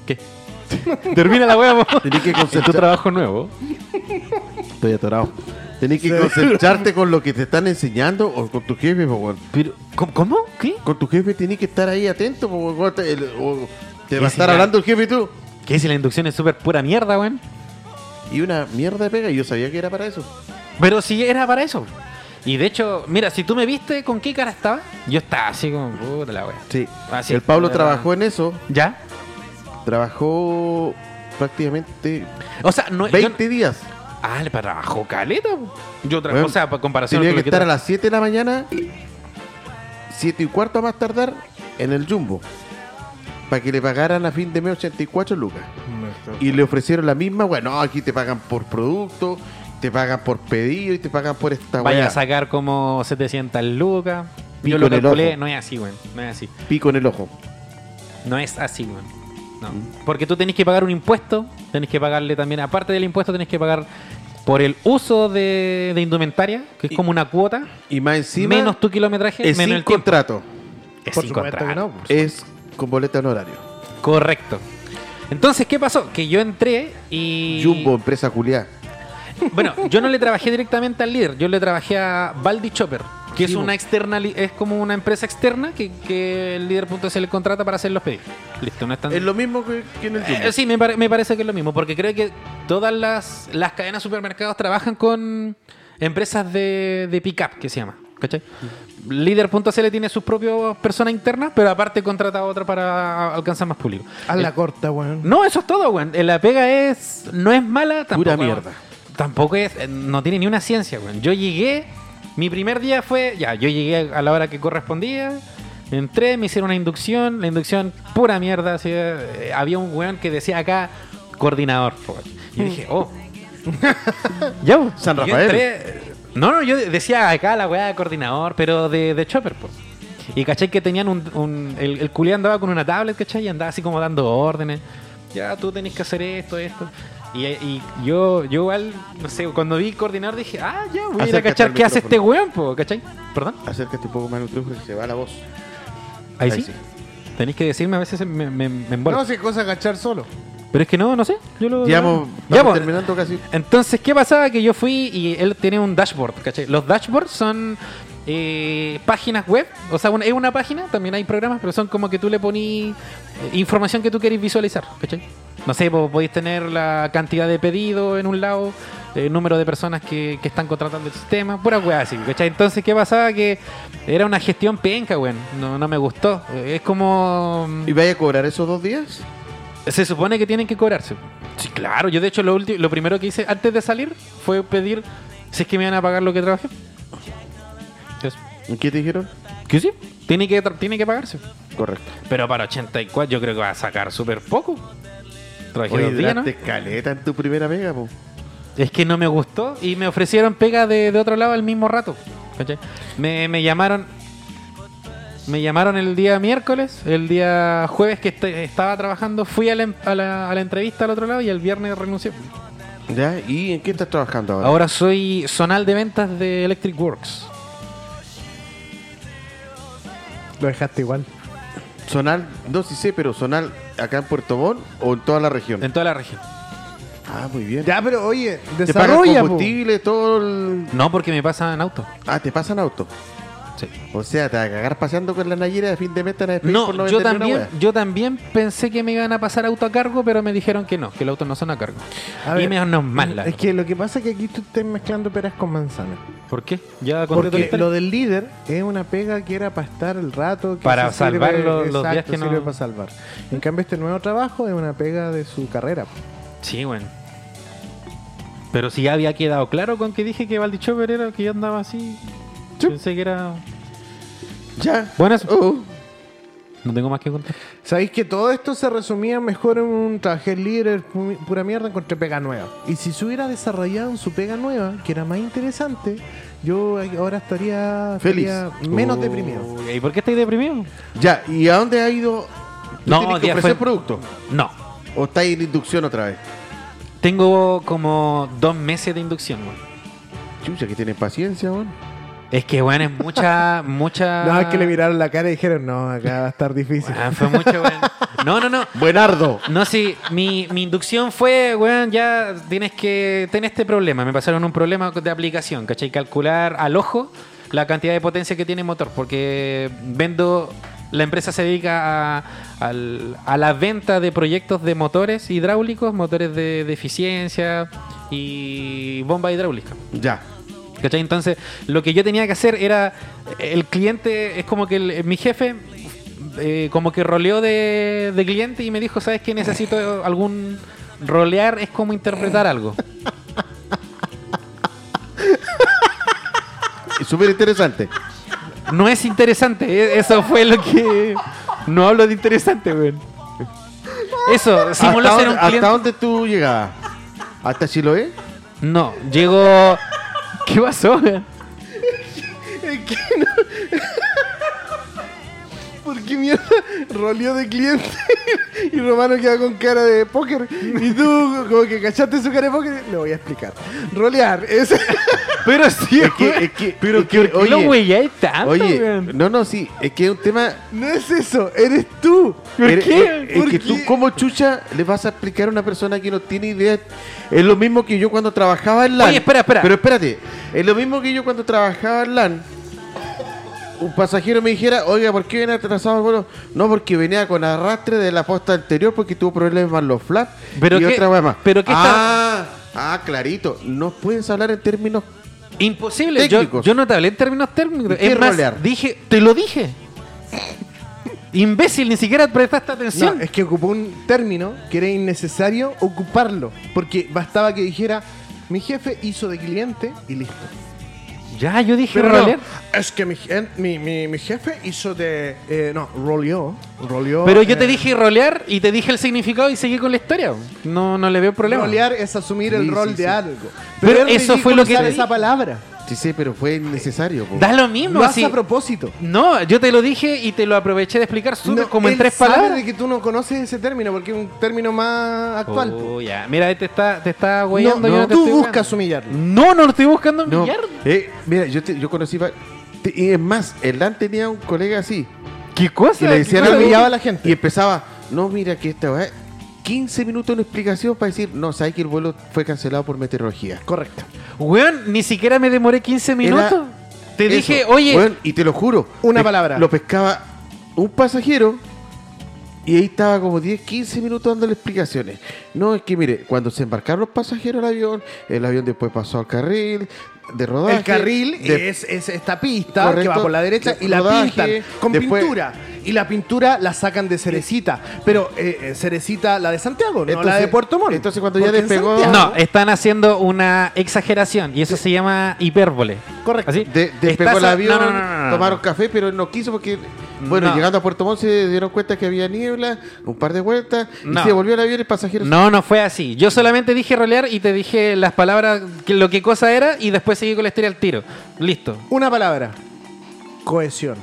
S2: ¿Qué? Termina la wea, po.
S1: tenés que
S2: En tu
S1: concentrarte.
S2: trabajo nuevo.
S1: Estoy atorado. Tenés que concentrarte con lo que te están enseñando o con tu jefe, po, weón.
S2: Pero, ¿cómo- ¿Cómo? ¿Qué?
S1: Con tu jefe tenés que estar ahí atento, po, weón. Cuando Te, el- o- te va a
S2: Es
S1: estar
S2: igual.
S1: hablando el jefe y tú.
S2: ¿Qué si la inducción es súper pura mierda, weón?
S1: Y una mierda de pega, y yo sabía que era para eso.
S2: Pero si era para eso. Y de hecho, mira, si tú me viste, ¿con qué cara estaba? Yo estaba así como, puta la wea.
S1: Sí.
S2: Así,
S1: el Pablo
S2: era-
S1: trabajó en eso.
S2: ¿Ya?
S1: Trabajó prácticamente
S2: O sea, no, yo-
S1: 20 días.
S2: Ah, le trabajó caleta. po. Yo tra-
S1: Bueno,
S2: o sea, para comparación
S1: Tenía
S2: con
S1: que
S2: lo que
S1: estar a
S2: tra-
S1: las 7 de la mañana, 7 y cuarto a más tardar, en el Jumbo. Para que le pagaran a fin de mes 84 lucas. Y le ofrecieron la misma, bueno, aquí te pagan por producto, te pagan por pedido y te pagan por esta
S2: Vaya a
S1: weá.
S2: sacar como 700 lucas.
S1: Pico
S2: Yo lo
S1: en el
S2: calculé,
S1: ojo.
S2: no es así, weón. No es así.
S1: Pico en el ojo.
S2: No es así, weón. No.
S1: Mm.
S2: Porque tú tenés que pagar un impuesto, tenés que pagarle también, aparte del impuesto, tenés que pagar por el uso de, de indumentaria, que es
S1: Y-
S2: como una cuota,
S1: Y más encima,
S2: menos tu kilometraje,
S1: es
S2: menos
S1: sin
S2: el tiempo.
S1: contrato.
S2: Es
S3: Por
S2: sin
S3: supuesto que
S2: contrato.
S3: no, po.
S1: Es con boleta honorario.
S2: Correcto. Entonces, ¿qué pasó? Que yo entré y.
S1: Jumbo, empresa Juliá.
S2: Bueno, yo no le trabajé directamente al líder, yo le trabajé a Baldi Chopper, que
S1: Sí,
S2: es
S1: bo.
S2: una externa, es como una empresa externa que, que el líder.cl contrata para hacer los pedidos. Listo, no es tan...
S1: Es lo mismo que, que en el Jumbo.
S2: Eh, sí, me, pare- me parece que es lo mismo, porque creo que todas las, las cadenas de supermercados trabajan con empresas de, de pick-up, que se llama. ¿Cachai?
S1: Mm.
S2: Líder.cl tiene sus propias personas internas, pero aparte contrata a otra para alcanzar más público.
S3: Haz la
S2: Eh,
S3: corta, weón.
S2: no, eso es todo, weón. Eh, La pega es. No es mala, tampoco.
S1: Pura
S2: weón.
S1: mierda.
S2: Tampoco es. eh, No tiene ni una ciencia, weón. Yo llegué. Mi primer día fue. Ya, yo llegué a la hora que correspondía. Entré, me hicieron una inducción. La inducción, pura mierda. así, eh, había un weón que decía acá, coordinador, po, weón. Y yo dije, oh. ya, weón.
S1: pues, San
S2: Yo
S1: Rafael.
S2: entré- no, no, yo decía acá la weá de coordinador, pero de, de Chopper, po. Y caché que tenían un. un- el, el culián andaba con una tablet, ¿cachai? Y andaba así como dando órdenes. Ya, tú tenés que hacer esto, esto. Y, y yo, yo igual, no sé, cuando vi coordinador dije, ah, ya, voy a ir a
S1: Acércate
S2: cachar
S1: al
S2: qué hace este
S1: micrófono.
S2: weón, po, ¿cachai? Perdón.
S1: Acércate un poco más al micrófono que se va la voz.
S2: Ahí, sí. Tenéis que decirme, a veces me, me, me envuelvo.
S3: No, si es cosa agachar solo.
S2: Pero es que no, no sé. Yo lo.
S1: Llevamos,
S2: Ya, pues.
S1: vamos
S2: po.
S1: terminando casi.
S2: Entonces, ¿qué pasaba? Que yo fui y él tenía un dashboard, ¿cachai? Los dashboards son eh, páginas web, o sea, una- es una página, también hay programas, pero son como que tú le poní eh, información que tú querés visualizar, ¿cachai? No sé, po- podéis tener la cantidad de pedidos en un lado, el número de personas que, que están contratando el sistema, pura weá así, ¿cachai? Entonces, ¿qué pasaba? Que era una gestión penca, weón. No, no me gustó. Eh, Es como. mm,
S1: ¿Y vaya a cobrar esos dos días?
S2: Se supone que tienen que cobrarse. Sí, claro. Yo, de hecho, lo, ulti- lo primero que hice antes de salir fue pedir si es que me iban a pagar lo que trabajé. Eso.
S1: ¿Y ¿Qué te dijeron?
S2: Que sí, tiene que, tra- tiene que pagarse.
S1: Correcto.
S2: Pero para 84 yo creo que va a sacar súper poco. Trabajé
S1: Oye,
S2: dos días, ¿no?
S1: duraste caleta en tu primera pega, po.
S2: Es que no me gustó y me ofrecieron pega de, de otro lado al mismo rato. ¿cachai? Me, me llamaron. Me llamaron el día miércoles, el día em-, jueves que est- estaba trabajando, fui a la, en- a la- a la entrevista al otro lado y el viernes renuncié.
S1: ¿Ya? ¿Y en qué estás trabajando ahora?
S2: Ahora soy zonal de ventas de Electric Works.
S3: Lo dejaste igual.
S1: Zonal, no sí sé, pero zonal acá en Puerto Montt o en toda la región.
S2: En toda la región.
S1: Ah, muy bien.
S3: Ya, pero oye,
S1: te pagan
S3: desarrolla. po.
S1: combustible, todo el...
S2: No, porque me pasan auto.
S1: Ah, te pasan auto.
S2: Sí.
S1: O sea, te vas a cagar paseando con la Nayira de fin de meta en
S2: No, yo también, yo también pensé que me iban a pasar auto a cargo, pero me dijeron que no, que los autos no son a cargo.
S3: A
S2: y
S3: ver,
S2: menos mal. la
S3: Es que lo que pasa es que aquí tú estás mezclando peras con manzanas.
S2: verdad. ¿Por qué? Ya conté toda la
S3: Porque
S2: historia.
S3: lo del líder es una pega que era para estar el rato. que
S2: Para
S3: se
S2: salvar los- los días que no-
S3: sirve para salvar. En cambio, este nuevo trabajo es una pega de su carrera.
S2: Sí, bueno. Pero si ya había quedado claro con que dije que Valdichover era el que yo andaba así.
S3: Sí.
S2: Pensé que era.
S1: Ya.
S2: Bueno, eso.
S1: Uh.
S2: No tengo más que contar.
S3: Sabéis que todo esto se resumía mejor en un traje líder, pu- pura mierda, encontré pega nueva. Y si se hubiera desarrollado en su pega nueva, que era más interesante, yo ahora estaría,
S1: Feliz.
S3: estaría menos
S2: Oh,
S3: deprimido.
S2: ¿Y por qué estáis deprimido?
S1: Ya, ¿y a dónde ha ido? ¿Tú
S2: No,
S1: tienes que
S2: día
S1: ofrecer
S2: fue-
S1: producto?
S2: No.
S1: ¿O está ahí en inducción otra vez?
S2: Tengo como dos meses de inducción, weón.
S1: Chucha, que tienen paciencia, weón.
S2: Es que, bueno, es mucha, mucha.
S3: No, es que le miraron la cara y dijeron, no, acá va a estar difícil.
S2: Weón, fue mucho, weón. No, no, no.
S1: Buenardo.
S2: No, sí, mi, mi inducción fue, weón, ya tienes que tener este problema. Me pasaron un problema de aplicación, ¿cachai? Calcular al ojo la cantidad de potencia que tiene el motor, porque vendo, la empresa se dedica a, al- a la venta de proyectos de motores hidráulicos, motores de, de eficiencia y bomba hidráulica.
S1: Ya.
S2: ¿Cachai? Entonces, lo que yo tenía que hacer era. El cliente, es como que el- mi jefe, eh, como que roleó de, de cliente y me dijo: ¿Sabes qué? Necesito algún. Rolear es como interpretar algo.
S1: Es Súper interesante.
S2: No es interesante. e- Eso fue lo que. No hablo de interesante, weón. Eso, simuló
S1: ¿Hasta, dónde,
S2: ser un
S1: hasta
S2: cliente.
S1: dónde tú llegabas? ¿Hasta Chiloé?
S2: No, llegó. ¿Qué pasó, weón?
S3: ¿Por qué mierda roleó de cliente? Y Romano queda con cara de póker. Y tú, como que cachaste su cara de póker. Lo voy a explicar. Rolear es.
S2: Pero sí,
S1: Es que, es que, pero que,
S2: Oye, lo weyáis tanto,
S1: oye,
S2: weón?
S1: no, no, sí, es que es un tema.
S3: No es eso, eres tú.
S2: ¿Por
S1: Eres-
S2: qué?
S1: Es, es
S3: ¿Por
S1: que
S3: qué?
S1: tú, como chucha, le vas a explicar a una persona que no tiene idea? Es lo mismo que yo cuando trabajaba en LAN.
S2: Oye, espera, espera.
S1: Pero espérate, es lo mismo que yo cuando trabajaba en LAN. Un pasajero me dijera, oiga, ¿por qué viene atrasado el vuelo? No, porque venía con arrastre de la posta anterior porque tuvo problemas los flaps
S2: Pero
S1: y
S2: qué-
S1: otra weá más.
S2: pero qué
S1: ah, ah, clarito. No puedes hablar en términos
S2: Imposible. Yo,
S1: Técnicos.
S2: yo no te hablé en términos técnicos.
S1: ¿Y qué
S2: Es más,
S1: rolear?
S2: dije, te lo dije. Imbécil, ni siquiera prestaste atención.
S3: No, es que ocupó un término que era innecesario ocuparlo. Porque bastaba que dijera: Mi jefe hizo de cliente y listo.
S2: Ya, yo dije
S3: Pero no,
S2: rolear.
S3: es que mi, gen- mi, mi- mi jefe hizo de. eh, no, roleó. roleó
S2: Pero yo
S3: eh,
S2: te dije rolear y te dije el significado y seguí con la historia. No, no le veo problema.
S3: Rolear es asumir el
S1: Sí,
S3: rol
S1: sí,
S3: de
S1: sí.
S3: algo.
S2: Pero
S3: es
S2: eso fue
S3: ridículo
S2: lo que
S3: usar
S2: te
S3: esa
S2: dije.
S3: palabra.
S1: Sí, sí, pero fue innecesario. po.
S2: Da lo mismo.
S3: Lo hace
S2: si-
S3: a propósito.
S2: No, yo te lo dije y te lo aproveché de explicar súper como en
S3: él
S2: tres
S3: sabe
S2: palabras.
S3: de que tú no conoces ese término porque es un término más actual.
S2: Oh, ya. Mira, te está, te está
S3: No,
S2: hueando.
S3: no,
S2: yo no te
S3: tú
S2: estoy
S3: buscas humillarlo.
S2: hueando. No, no lo estoy buscando
S1: No,
S2: humillar.
S1: eh, mira, yo, te- yo conocí. va- te- y es más, el LAN tenía un colega así.
S2: ¿Qué
S1: Y
S2: cosa?
S1: le
S2: ¿Qué
S1: decían
S2: cosa?
S1: algo
S3: humillaba a la gente.
S1: Y empezaba, no, mira que esta weá, 15 minutos de explicación para decir, no, sabes que el vuelo fue cancelado por meteorología.
S3: Correcto.
S2: Weón, ni siquiera me demoré 15 minutos. te
S1: Eso,
S2: dije, oye,
S1: weón, y te lo juro.
S3: Una
S1: pe-
S3: palabra.
S1: Lo pescaba un pasajero y ahí estaba como 10, 15 minutos dándole explicaciones. No, es que mire, cuando se embarcaron los pasajeros al avión, el avión después pasó al carril de rodaje.
S3: El carril
S1: de-
S3: es, es esta pista que
S1: Correcto.
S3: va por la derecha y la
S1: Rodaje,
S3: pintan con
S1: después-
S3: pintura. Y la pintura la sacan de Cerecita. Pero eh, eh, Cerecita, la de Santiago, no la de
S1: Entonces-
S3: Puerto Montt.
S1: entonces cuando ya
S3: Porque en
S1: despegó-
S3: Santiago-
S2: No, eh, están haciendo una exageración y eso se llama hipérbole.
S3: Correcto.
S2: ¿Así?
S1: De, despegó
S2: Estás
S1: el
S2: a-
S1: avión,
S2: no, no, no, no, no.
S1: tomaron café, pero él no quiso porque, bueno,
S2: No.
S1: llegando a Puerto Montt se dieron cuenta que había niebla, un par de vueltas,
S2: No.
S1: y se volvió el avión y el pasajero se-
S2: No, no fue así. Yo solamente dije rolear y te dije las palabras, que, lo que cosa era y después seguí con la historia al tiro. Listo.
S3: Una palabra. Cohesión.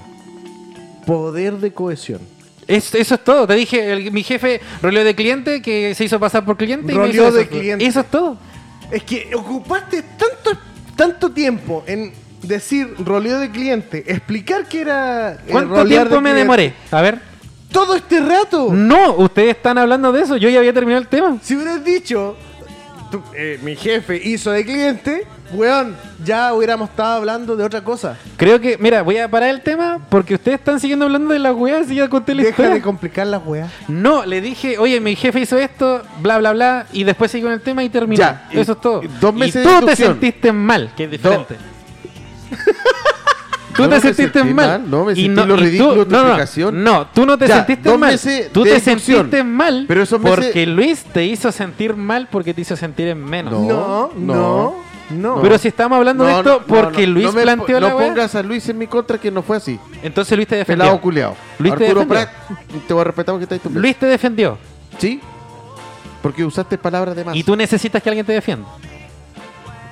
S3: Poder de cohesión.
S2: Es- eso es todo. Te dije, el- mi jefe roleó de cliente que se hizo pasar por cliente. y me
S3: Roleó
S2: hizo eso.
S3: de cliente.
S2: Eso es todo.
S3: Es que ocupaste tanto, tanto tiempo en decir roleo de cliente, explicar que era. eh,
S2: ¿Cuánto
S3: rolear
S2: tiempo
S3: de
S2: me
S3: cliente.
S2: demoré? Mm. A ver.
S3: Todo este rato.
S2: No, ustedes están hablando de eso. Yo ya había terminado el tema.
S3: Si hubieras dicho, tú, eh, mi jefe hizo de cliente, weón, ya hubiéramos estado hablando de otra cosa.
S2: Creo que, mira, voy a parar el tema porque ustedes están siguiendo hablando de las weas y ya conté la
S3: Deja
S2: historia.
S3: de complicar las weas.
S2: No, le dije, oye, mi jefe hizo esto, bla, bla, bla, y después seguí con el tema y terminó.
S1: Ya, y-
S2: Eso es todo.
S1: y dos meses
S2: y
S1: de
S2: tú te
S1: inducción.
S2: sentiste mal, que es diferente. tú
S1: No
S2: te
S1: me
S2: sentiste
S1: sentí
S2: mal.
S1: mal, no, me
S2: y
S1: sentí lo
S2: y tú-
S1: ridículo de tu
S2: no, no,
S1: explicación.
S2: No, tú no te
S1: Ya,
S2: sentiste
S1: dos
S2: mal.
S1: meses
S2: Tú
S1: de
S2: te
S1: inducción.
S2: sentiste mal
S1: Pero esos meses-
S2: porque Luis te hizo sentir mal porque te hizo sentir en menos.
S1: No,
S3: No, no, no.
S2: Pero si estamos hablando de esto porque
S1: no, no,
S2: Luis
S1: no me
S2: planteó
S1: po-
S2: la
S1: No
S2: wea,
S1: pongas a Luis en mi contra que no fue así.
S2: entonces Luis te
S1: Pelado
S2: defendió.
S1: culeado.
S2: Luis te
S1: Arturo
S2: defendió.
S1: Prat, te voy a respetar porque estáis tu
S2: Luis te defendió.
S1: Sí. Porque usaste palabras de más.
S2: Y tú necesitas que alguien te defienda.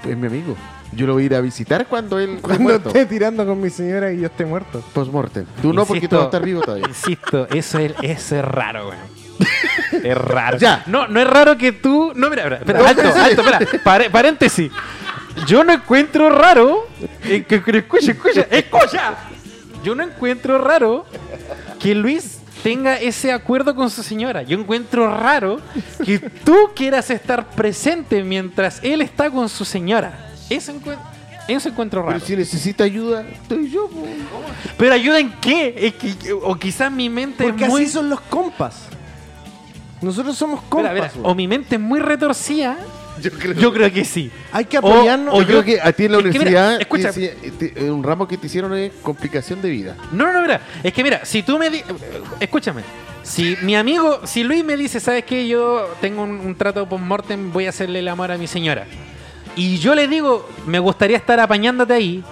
S1: Es mi amigo. Yo lo voy a ir a visitar cuando él esté
S3: Cuando
S1: muerto.
S3: esté tirando con mi señora y yo esté muerto.
S1: Postmortem. Tú no, porque tú
S2: Insisto.
S1: vas a estar vivo todavía.
S2: Insisto, eso es, eso es raro, weón. Es raro.
S1: Ya.
S2: No, no es raro que tú. No, mira, mira, espera,
S1: No,
S2: alto,
S1: pues,
S2: alto, espera. pare- paréntesis. Yo no encuentro raro. eh, que- que- escucha, escucha, escucha. Yo no encuentro raro que Luis tenga ese acuerdo con su señora. Yo encuentro raro que tú quieras estar presente mientras él está con su señora. Eso encuentro, eso encuentro raro.
S1: Pero si necesita ayuda, estoy yo. po.
S2: ¿Pero ayuda en qué? Es que- o quizás mi mente
S3: Porque
S2: es muy...
S3: así son los compas. Nosotros somos
S2: Espera,
S3: compas.
S2: espera,
S3: weón.
S2: O mi mente es muy retorcida.
S1: Yo creo.
S2: Yo creo que sí.
S3: Hay que
S2: o-
S3: apoyarnos.
S2: o
S1: Yo creo que a ti en la
S2: Es que mira,
S1: universidad, te
S2: escucha.
S1: enseña- te- eh, un ramo que te hicieron es complicación de vida.
S2: No, no, no, mira. Es que mira, si tú me... di- Escúchame. Si mi amigo, si Luis me dice, ¿sabes qué? Yo tengo un, un trato post-mortem, voy a hacerle el amor a mi señora. Y yo le digo, me gustaría estar apañándote ahí.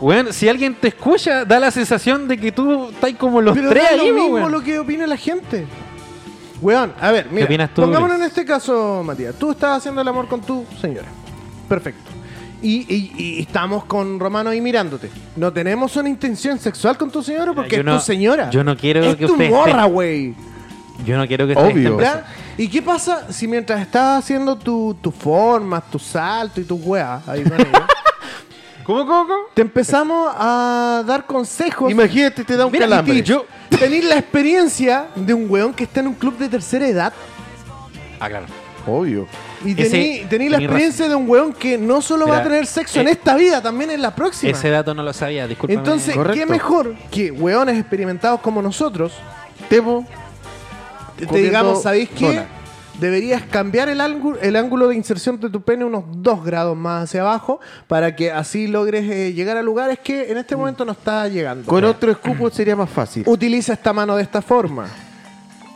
S2: Bueno, si alguien te escucha, da la sensación de que tú estás como los
S3: Pero
S2: tres
S3: da
S2: ahí,
S3: lo mismo
S2: weón.
S3: lo que opina la gente. Weón, a ver, mira.
S2: opinas tú,
S3: pongámonos en
S2: Luis?
S3: este caso, Matías. Tú estás haciendo el amor con tu señora. Perfecto. Y, y- y estamos con Romano ahí mirándote. No tenemos una intención sexual con tu señora porque
S2: yo
S3: es
S2: no-
S3: tu señora.
S2: yo no quiero
S3: es
S2: que
S3: tu
S2: ustedes
S3: morra,
S2: estén-
S3: güey.
S2: Yo no quiero que
S1: Obvio.
S2: estés
S1: Pues,
S3: ¿Ya? ¿Y qué pasa si mientras estás haciendo tu- tus formas, tus saltos y tus weas ahí con ella,
S2: ¿Cómo, cómo, cómo?
S3: te empezamos a dar consejos?
S1: Imagínate, te da un
S3: Mira,
S1: calambre.
S3: y yo tenéis la experiencia de un weón que está en un club de tercera edad.
S2: Ah, claro.
S1: Obvio.
S3: Y
S2: Ese-
S3: tenéis tenéis la
S2: tenéis
S3: experiencia de un weón que no solo va a
S2: Mira,
S3: tener sexo en
S2: eh,
S3: esta vida, también en la próxima.
S2: Ese dato no lo sabía, disculpa.
S3: Entonces, ¿qué
S1: Correcto.
S3: mejor que weones experimentados como nosotros
S1: Temo.
S3: te- te
S1: Comiendo
S3: digamos, ¿sabéis qué?
S1: dona.
S3: Deberías cambiar el, ángu- el ángulo de inserción de tu pene unos 2 grados más hacia abajo para que así logres eh, llegar a lugares que en este momento no está llegando.
S1: Mm. Con otro escupo sería más fácil.
S3: utiliza esta mano de esta forma.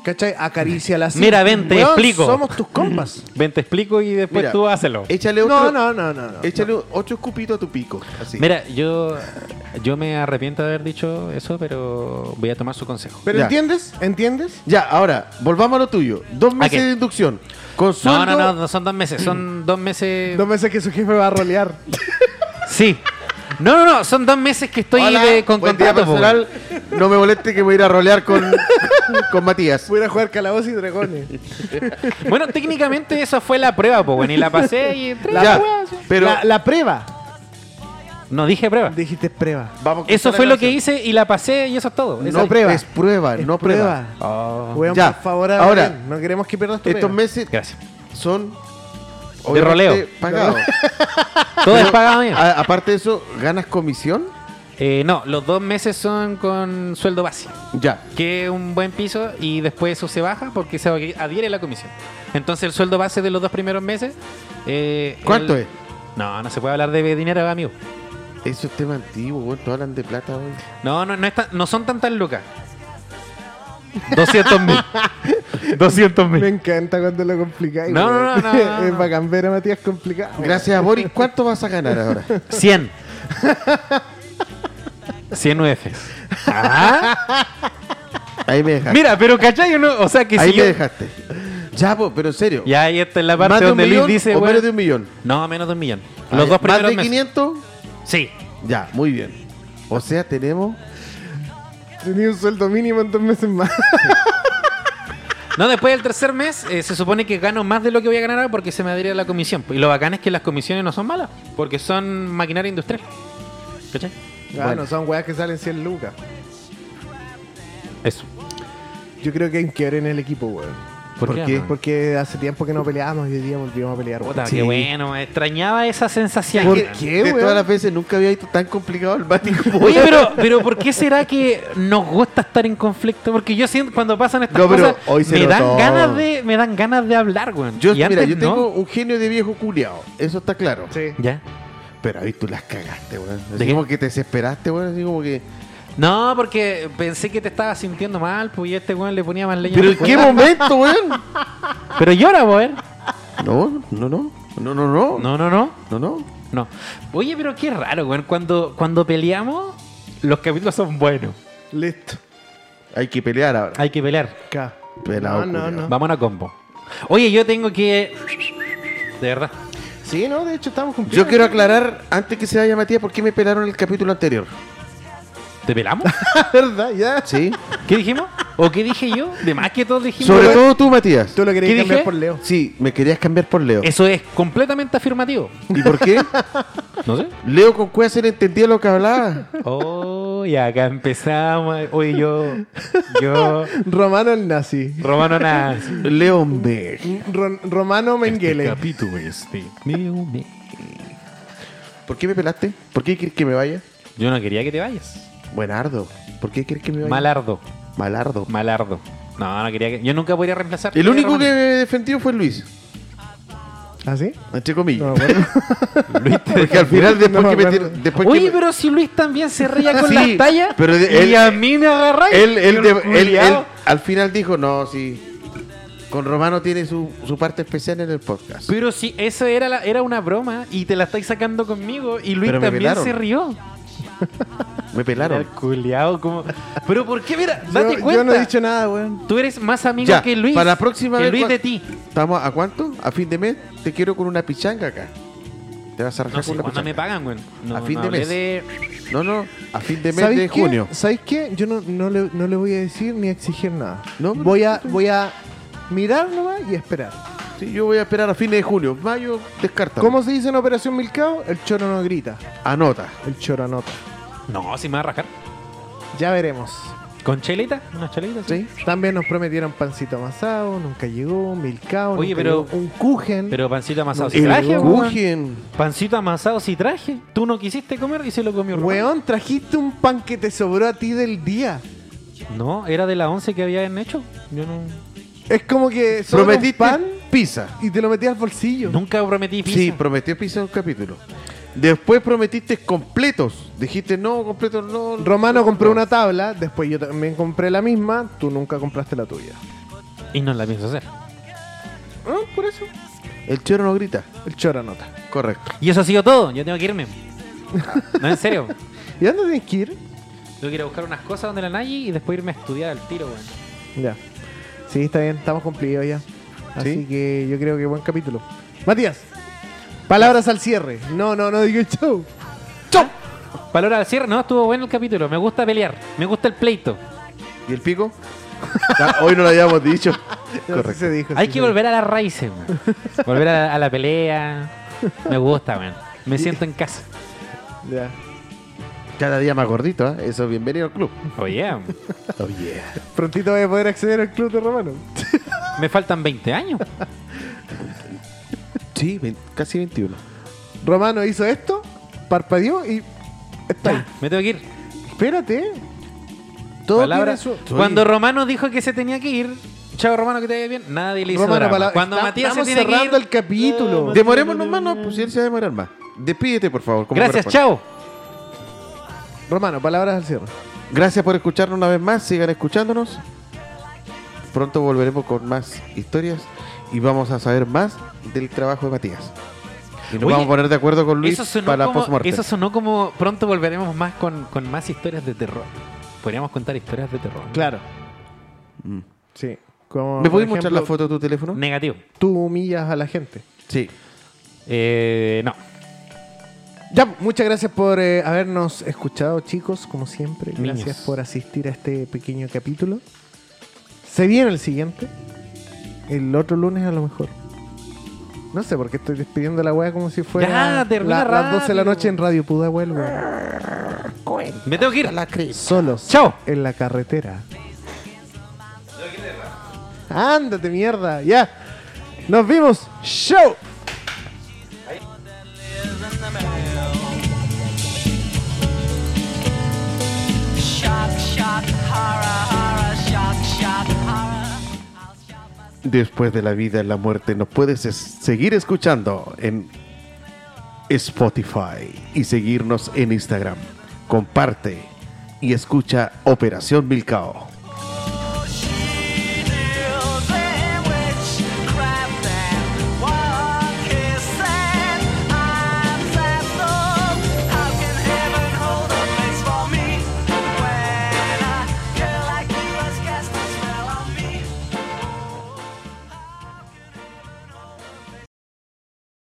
S3: ¿Cachai? Acaricia la
S2: Mira, ven, te explico.
S3: Somos tus compas.
S2: Ven, te explico y después
S1: Mira,
S2: Pues tú hácelo.
S1: Échale otro.
S3: no, no, no, no. no.
S1: Échale ocho escupitos a tu pico. Así.
S2: Mira, yo, yo me arrepiento de haber dicho eso, pero voy a tomar su consejo.
S3: Pero
S1: Ya.
S3: ¿entiendes? ¿Entiendes?
S1: Ya, ahora, volvamos a lo tuyo. Dos meses
S2: qué?
S1: de inducción. Con sueldo. Mm.
S2: No, no, no, no son dos meses, son dos meses.
S3: Dos meses Eh, que su jefe va a rolear.
S2: Sí. No, no, no, son dos meses que estoy
S1: Hola,
S2: de- con
S1: buen día pues,
S2: contrato. pues, po,
S1: personal. No me moleste que voy a ir a rolear con, con Matías.
S3: Voy a ir a jugar calabozos y dragones.
S2: weón. Bueno, técnicamente esa fue la prueba, pues, bueno, y la pasé y entré.
S1: Ya,
S2: La prueba, sí.
S1: pero
S3: la, la prueba.
S2: No dije prueba.
S3: Dijiste prueba.
S1: vamos con
S2: Eso
S1: la
S2: fue lo que
S1: grabación.
S2: hice y la pasé y eso es todo. Eso-
S1: No
S3: es prueba.
S1: es prueba, Oh.
S3: Es
S1: no prueba.
S3: Weón,
S1: Ya.
S3: por favor, habla
S1: Ahora,
S3: bien. no queremos que pierdas tu
S1: Estos
S3: prueba.
S1: meses
S2: Gracias.
S1: son
S2: De roleo.
S1: obviamente pagados.
S2: Todo es pagado bien.
S1: A- aparte de eso, ¿ganas comisión?
S2: Eh, no, los dos meses son con sueldo básico.
S1: Ya.
S2: que es un buen piso y después eso se baja porque se adhiere la comisión. Entonces el sueldo base de los dos primeros meses... eh,
S1: ¿Cuánto
S2: el-
S1: es?
S2: No, no se puede hablar de dinero, amigo.
S1: Eso es tema antiguo, weón. Todos hablan de plata, weón.
S2: No, no, no, es tan- no son tantas lucas. 200 mil. 200
S3: Me
S2: mil.
S3: encanta cuando lo complicáis.
S2: No,
S3: weón.
S2: no, no, no, no.
S3: Es bacán ver a Matías complicado.
S1: Gracias a Boris, ¿cuánto vas a ganar ahora?
S2: 100. 100 UFs. Ah,
S1: Ahí me dejaste.
S2: Mira, pero cachai, uno, o sea que
S1: Ahí
S2: si
S1: me
S2: yo-
S1: dejaste. Ya, po, pero en serio.
S2: Ya ahí está la
S1: ¿Más
S2: parte
S1: de un
S2: donde Luis
S1: millón
S2: dice...
S1: o
S2: bueno,
S1: menos de un millón?
S2: No, menos de un millón.
S1: Ah,
S2: Los
S1: ya.
S2: dos primeros
S1: ¿Más de
S2: meses.
S1: 500?
S2: Sí.
S1: Ya, muy bien. O sea, tenemos...
S3: Tenía un sueldo mínimo en dos meses más.
S2: No, después del tercer mes eh, se supone que gano más de lo que voy a ganar ahora porque se me adhiere a la comisión. Y lo bacán es que las comisiones no son malas, porque son maquinaria industrial. ¿Cachai?
S3: Ah,
S2: Bueno,
S3: no son weas que salen 100 lucas.
S2: eso.
S3: Yo creo que hay un quiebre en el equipo, weón.
S2: ¿Por qué,
S3: Porque,
S2: man?
S3: porque hace tiempo que no peleábamos y hoy día volvimos a pelear. weón.
S2: Puta,
S3: Sí.
S2: qué bueno. me Extrañaba esa sensación.
S3: ¿Por
S1: Que-
S3: qué,
S1: De
S3: weón?
S1: todas las veces nunca había visto tan complicado el Bático.
S2: Oye, pero, pero ¿por qué será que nos gusta estar en conflicto? Porque yo siento cuando pasan estas
S1: No, pero
S2: cosas
S1: hoy se
S2: me dan
S1: notó.
S2: ganas de me dan ganas de hablar, weón.
S1: Yo,
S2: Y
S1: mira,
S2: antes
S1: yo
S2: no.
S1: tengo un genio de viejo culiao. Eso está claro.
S3: Sí.
S2: ya.
S1: Pero ahí tú las cagaste, weón.
S2: ¿De
S1: Así
S2: qué?
S1: como que te desesperaste, weón. Así como que.
S2: No, porque pensé que te estabas sintiendo mal, pues y este weón le ponía más leña.
S1: Pero
S2: al
S1: en qué
S2: fuego.
S1: momento, weón.
S2: Pero llora, weón.
S1: No, no, no. No, no, no. No,
S2: No, no, no.
S1: no.
S2: No. Oye, pero qué raro, weón. Cuando, cuando peleamos, los capítulos son buenos.
S3: Listo.
S1: Hay que pelear ahora.
S2: Hay que pelear.
S3: Acá.
S1: Pelado,
S3: no, no,
S1: culiao.
S3: no.
S2: Vamos a combo. Oye, yo tengo que. De verdad.
S3: Sí, no, de hecho estamos cumpliendo.
S1: Yo quiero aclarar, antes que se vaya Matías, por qué me pelaron el capítulo anterior.
S2: ¿Te pelamos?
S3: ¿Verdad? Ya.
S1: ¿Sí?
S2: ¿Qué dijimos? ¿O qué dije yo? De más que todos dijimos.
S1: Sobre
S2: weón.
S1: todo tú, Matías.
S3: Tú lo querías
S2: ¿Qué
S3: cambiar
S2: dije?
S3: por Leo.
S1: Sí, me querías cambiar por Leo.
S2: Eso es completamente afirmativo.
S1: ¿Y por qué?
S2: No sé.
S1: Leo con cueva se le entendía lo que hablaba.
S2: Oh, y acá empezamos. Oye, yo. Yo.
S3: Romano el nazi.
S2: Romano nada.
S1: Leo Meg.
S3: Ron- Romano Mengele.
S2: capítulo este. Mío, me-
S1: ¿Por qué me pelaste? ¿Por qué quieres que me vaya?
S2: Yo no quería que te vayas.
S1: Buenardo. ¿Por qué quieres que me vaya?
S2: Malardo.
S1: Malardo.
S2: Malardo. No, no quería que. Yo nunca podría reemplazar.
S1: El único que me defendió fue Luis.
S3: ¿Ah, sí?
S1: Entre comillas.
S3: No, bueno.
S2: Luis te-
S1: Porque al final, después
S3: No
S1: que
S3: me
S1: me
S3: acuerdo.
S1: tiró- después que
S2: Oye,
S1: me-
S2: pero si Luis también se reía con
S1: Sí,
S2: las tallas.
S1: pero de-
S2: y
S1: él-
S2: a mí me agarráis.
S1: Él, él, de- él-
S2: Culeado.
S1: él al final dijo, no, sí. Con Romano tiene su, su parte especial en el podcast.
S2: Pero si eso era, la- era una broma y te la estáis sacando conmigo y Luis
S1: Pero me
S2: también
S1: pelaron.
S2: se rió.
S1: Me pelaron.
S2: Mira, culiao, como... Pero ¿por qué? Mira, date
S3: yo,
S2: cuenta.
S3: yo no he dicho nada, weón.
S2: Tú eres más amigo
S1: Ya,
S2: que Luis.
S1: para la próxima
S2: que
S1: vez,
S2: Luis
S1: cua-
S2: de ti.
S1: ¿Estamos a cuánto? A fin de mes te quiero con una pichanga acá. Te vas a rajar
S2: No sé,
S1: con una
S2: ¿cuándo me
S1: pichanga.
S2: pagan, güey? No,
S1: A fin
S2: no
S1: de
S2: hablé
S1: mes. No, no, a fin de mes
S3: ¿Sabéis
S1: de
S3: qué?
S1: junio.
S3: ¿Sabéis qué? Yo no, no, le, no le voy a decir ni a exigir nada.
S1: No, pero-
S3: voy, a, voy a mirar nomás y esperar.
S1: Sí, yo voy a esperar a fines de junio. Mayo, descarta.
S3: ¿Cómo se dice en Operación Milcao? El choro no grita,
S1: Anota.
S3: el choro anota.
S2: No, si me va a rajar.
S3: Ya veremos.
S2: ¿Con chelita? ¿Unas chelitas?
S3: ¿Sí? También nos prometieron pancito amasado, nunca llegó, Milcao,
S2: Oye,
S3: nunca
S2: pero-
S3: llegó, un cujen.
S2: Pero pancito amasado
S3: No,
S2: si
S3: el
S2: traje,
S3: Cujo.
S2: güey.
S1: Cujen.
S2: Pancito amasado si traje. Tú no quisiste comer y se lo comió. Román.
S3: Weón, trajiste un pan que te sobró a ti del día.
S2: No, era de la once que habían hecho. Yo no...
S3: Es como que sobra un
S1: Prometiste
S3: pan
S1: pizza.
S3: y te lo metí al bolsillo.
S2: Nunca prometí pizza.
S1: Sí, prometió pizza en un capítulo. Después prometiste completos. Dijiste no, completos no. no".
S3: Romano compró una tabla, después yo también compré la misma, tú nunca compraste la tuya.
S2: Y no la pienso hacer.
S3: Ah, por eso.
S1: El choro no grita.
S3: El choro anota.
S1: Correcto.
S2: Y eso ha sido todo. Yo tengo que irme. No, en serio.
S3: ¿Y dónde tienes que ir?
S2: Tengo que ir a buscar unas cosas donde la Nayi y después irme a estudiar al tiro, weón.
S3: Ya. Sí, está bien, estamos cumplidos ya. Así
S1: ¿Sí?
S3: que yo creo que buen capítulo. Matías, palabras al cierre. No, no, no digo chau.
S2: Palabra al cierre, no, estuvo bueno el capítulo. Me gusta pelear, me gusta el pleito.
S1: ¿Y el pico? Ya, Hoy no lo habíamos dicho.
S3: Correcto.
S1: Correcto.
S2: Hay que volver a las raíces, weón. Volver a, a la pelea. Me gusta, weón. Me siento en casa.
S3: Ya.
S1: Cada día más gordito, ¿eh? Eso, bienvenido al club.
S2: Oye,
S1: Oh, yeah.
S3: Prontito voy a poder acceder al club de Romano.
S2: me faltan 20 años.
S1: Sí, vein- casi 21.
S3: Romano hizo esto, parpadeó y está ahí.
S2: Me tengo que ir.
S3: Espérate. Todo
S2: Palabra.
S3: tiene su-
S2: Cuando Romano dijo que se tenía que ir, chao Romano, que te vaya bien, nadie le hizo
S3: Romano,
S2: drama.
S3: palabra-
S2: Cuando
S3: Está-
S2: Matías se
S3: estamos
S2: tiene que ir,
S3: cerrando el capítulo.
S1: Demorémonos más, no, pues si él se va a demorar más. Despídete, por favor. como
S2: gracias,
S1: corresponde.
S2: chao.
S3: Romano, palabras al cierre.
S1: Gracias por escucharnos una vez más. Sigan escuchándonos. Pronto volveremos con más historias y vamos a saber más del trabajo de Matías. Y nos
S2: Oye,
S1: vamos a poner de acuerdo con Luis
S2: Eso sonó,
S1: para la
S2: como,
S1: postmortem.
S2: eso sonó como pronto volveremos más con, con más historias de terror. Podríamos contar historias de terror.
S3: Claro.
S1: Mm.
S3: Sí. Como,
S1: ¿Me
S3: por
S1: puedes mostrar
S3: ejemplo,
S1: la foto de tu teléfono?
S2: Negativo.
S3: Tú humillas a la gente.
S1: Sí.
S2: Eh, no.
S3: Ya, muchas gracias por eh, habernos escuchado, chicos, como siempre.
S2: Niños.
S3: Gracias por asistir a este pequeño capítulo. Se viene el siguiente. el otro lunes a lo mejor. No sé por qué estoy despidiendo la weá como si fuera
S2: Ya, termina
S3: la- las 12 de la
S2: rápido.
S3: noche en Radio Pudahuel, weón.
S2: Me tengo que ir.
S3: Solos.
S2: Chao.
S3: En la carretera. Ándate, mierda. Ya. Nos vimos. Show.
S4: Shock, shock, horror, horror, shock, shock, horror. I'll shock myself.
S1: Después de la vida y la muerte, nos puedes es- seguir escuchando en Spotify y seguirnos en Instagram. Comparte y escucha Operación Milcao.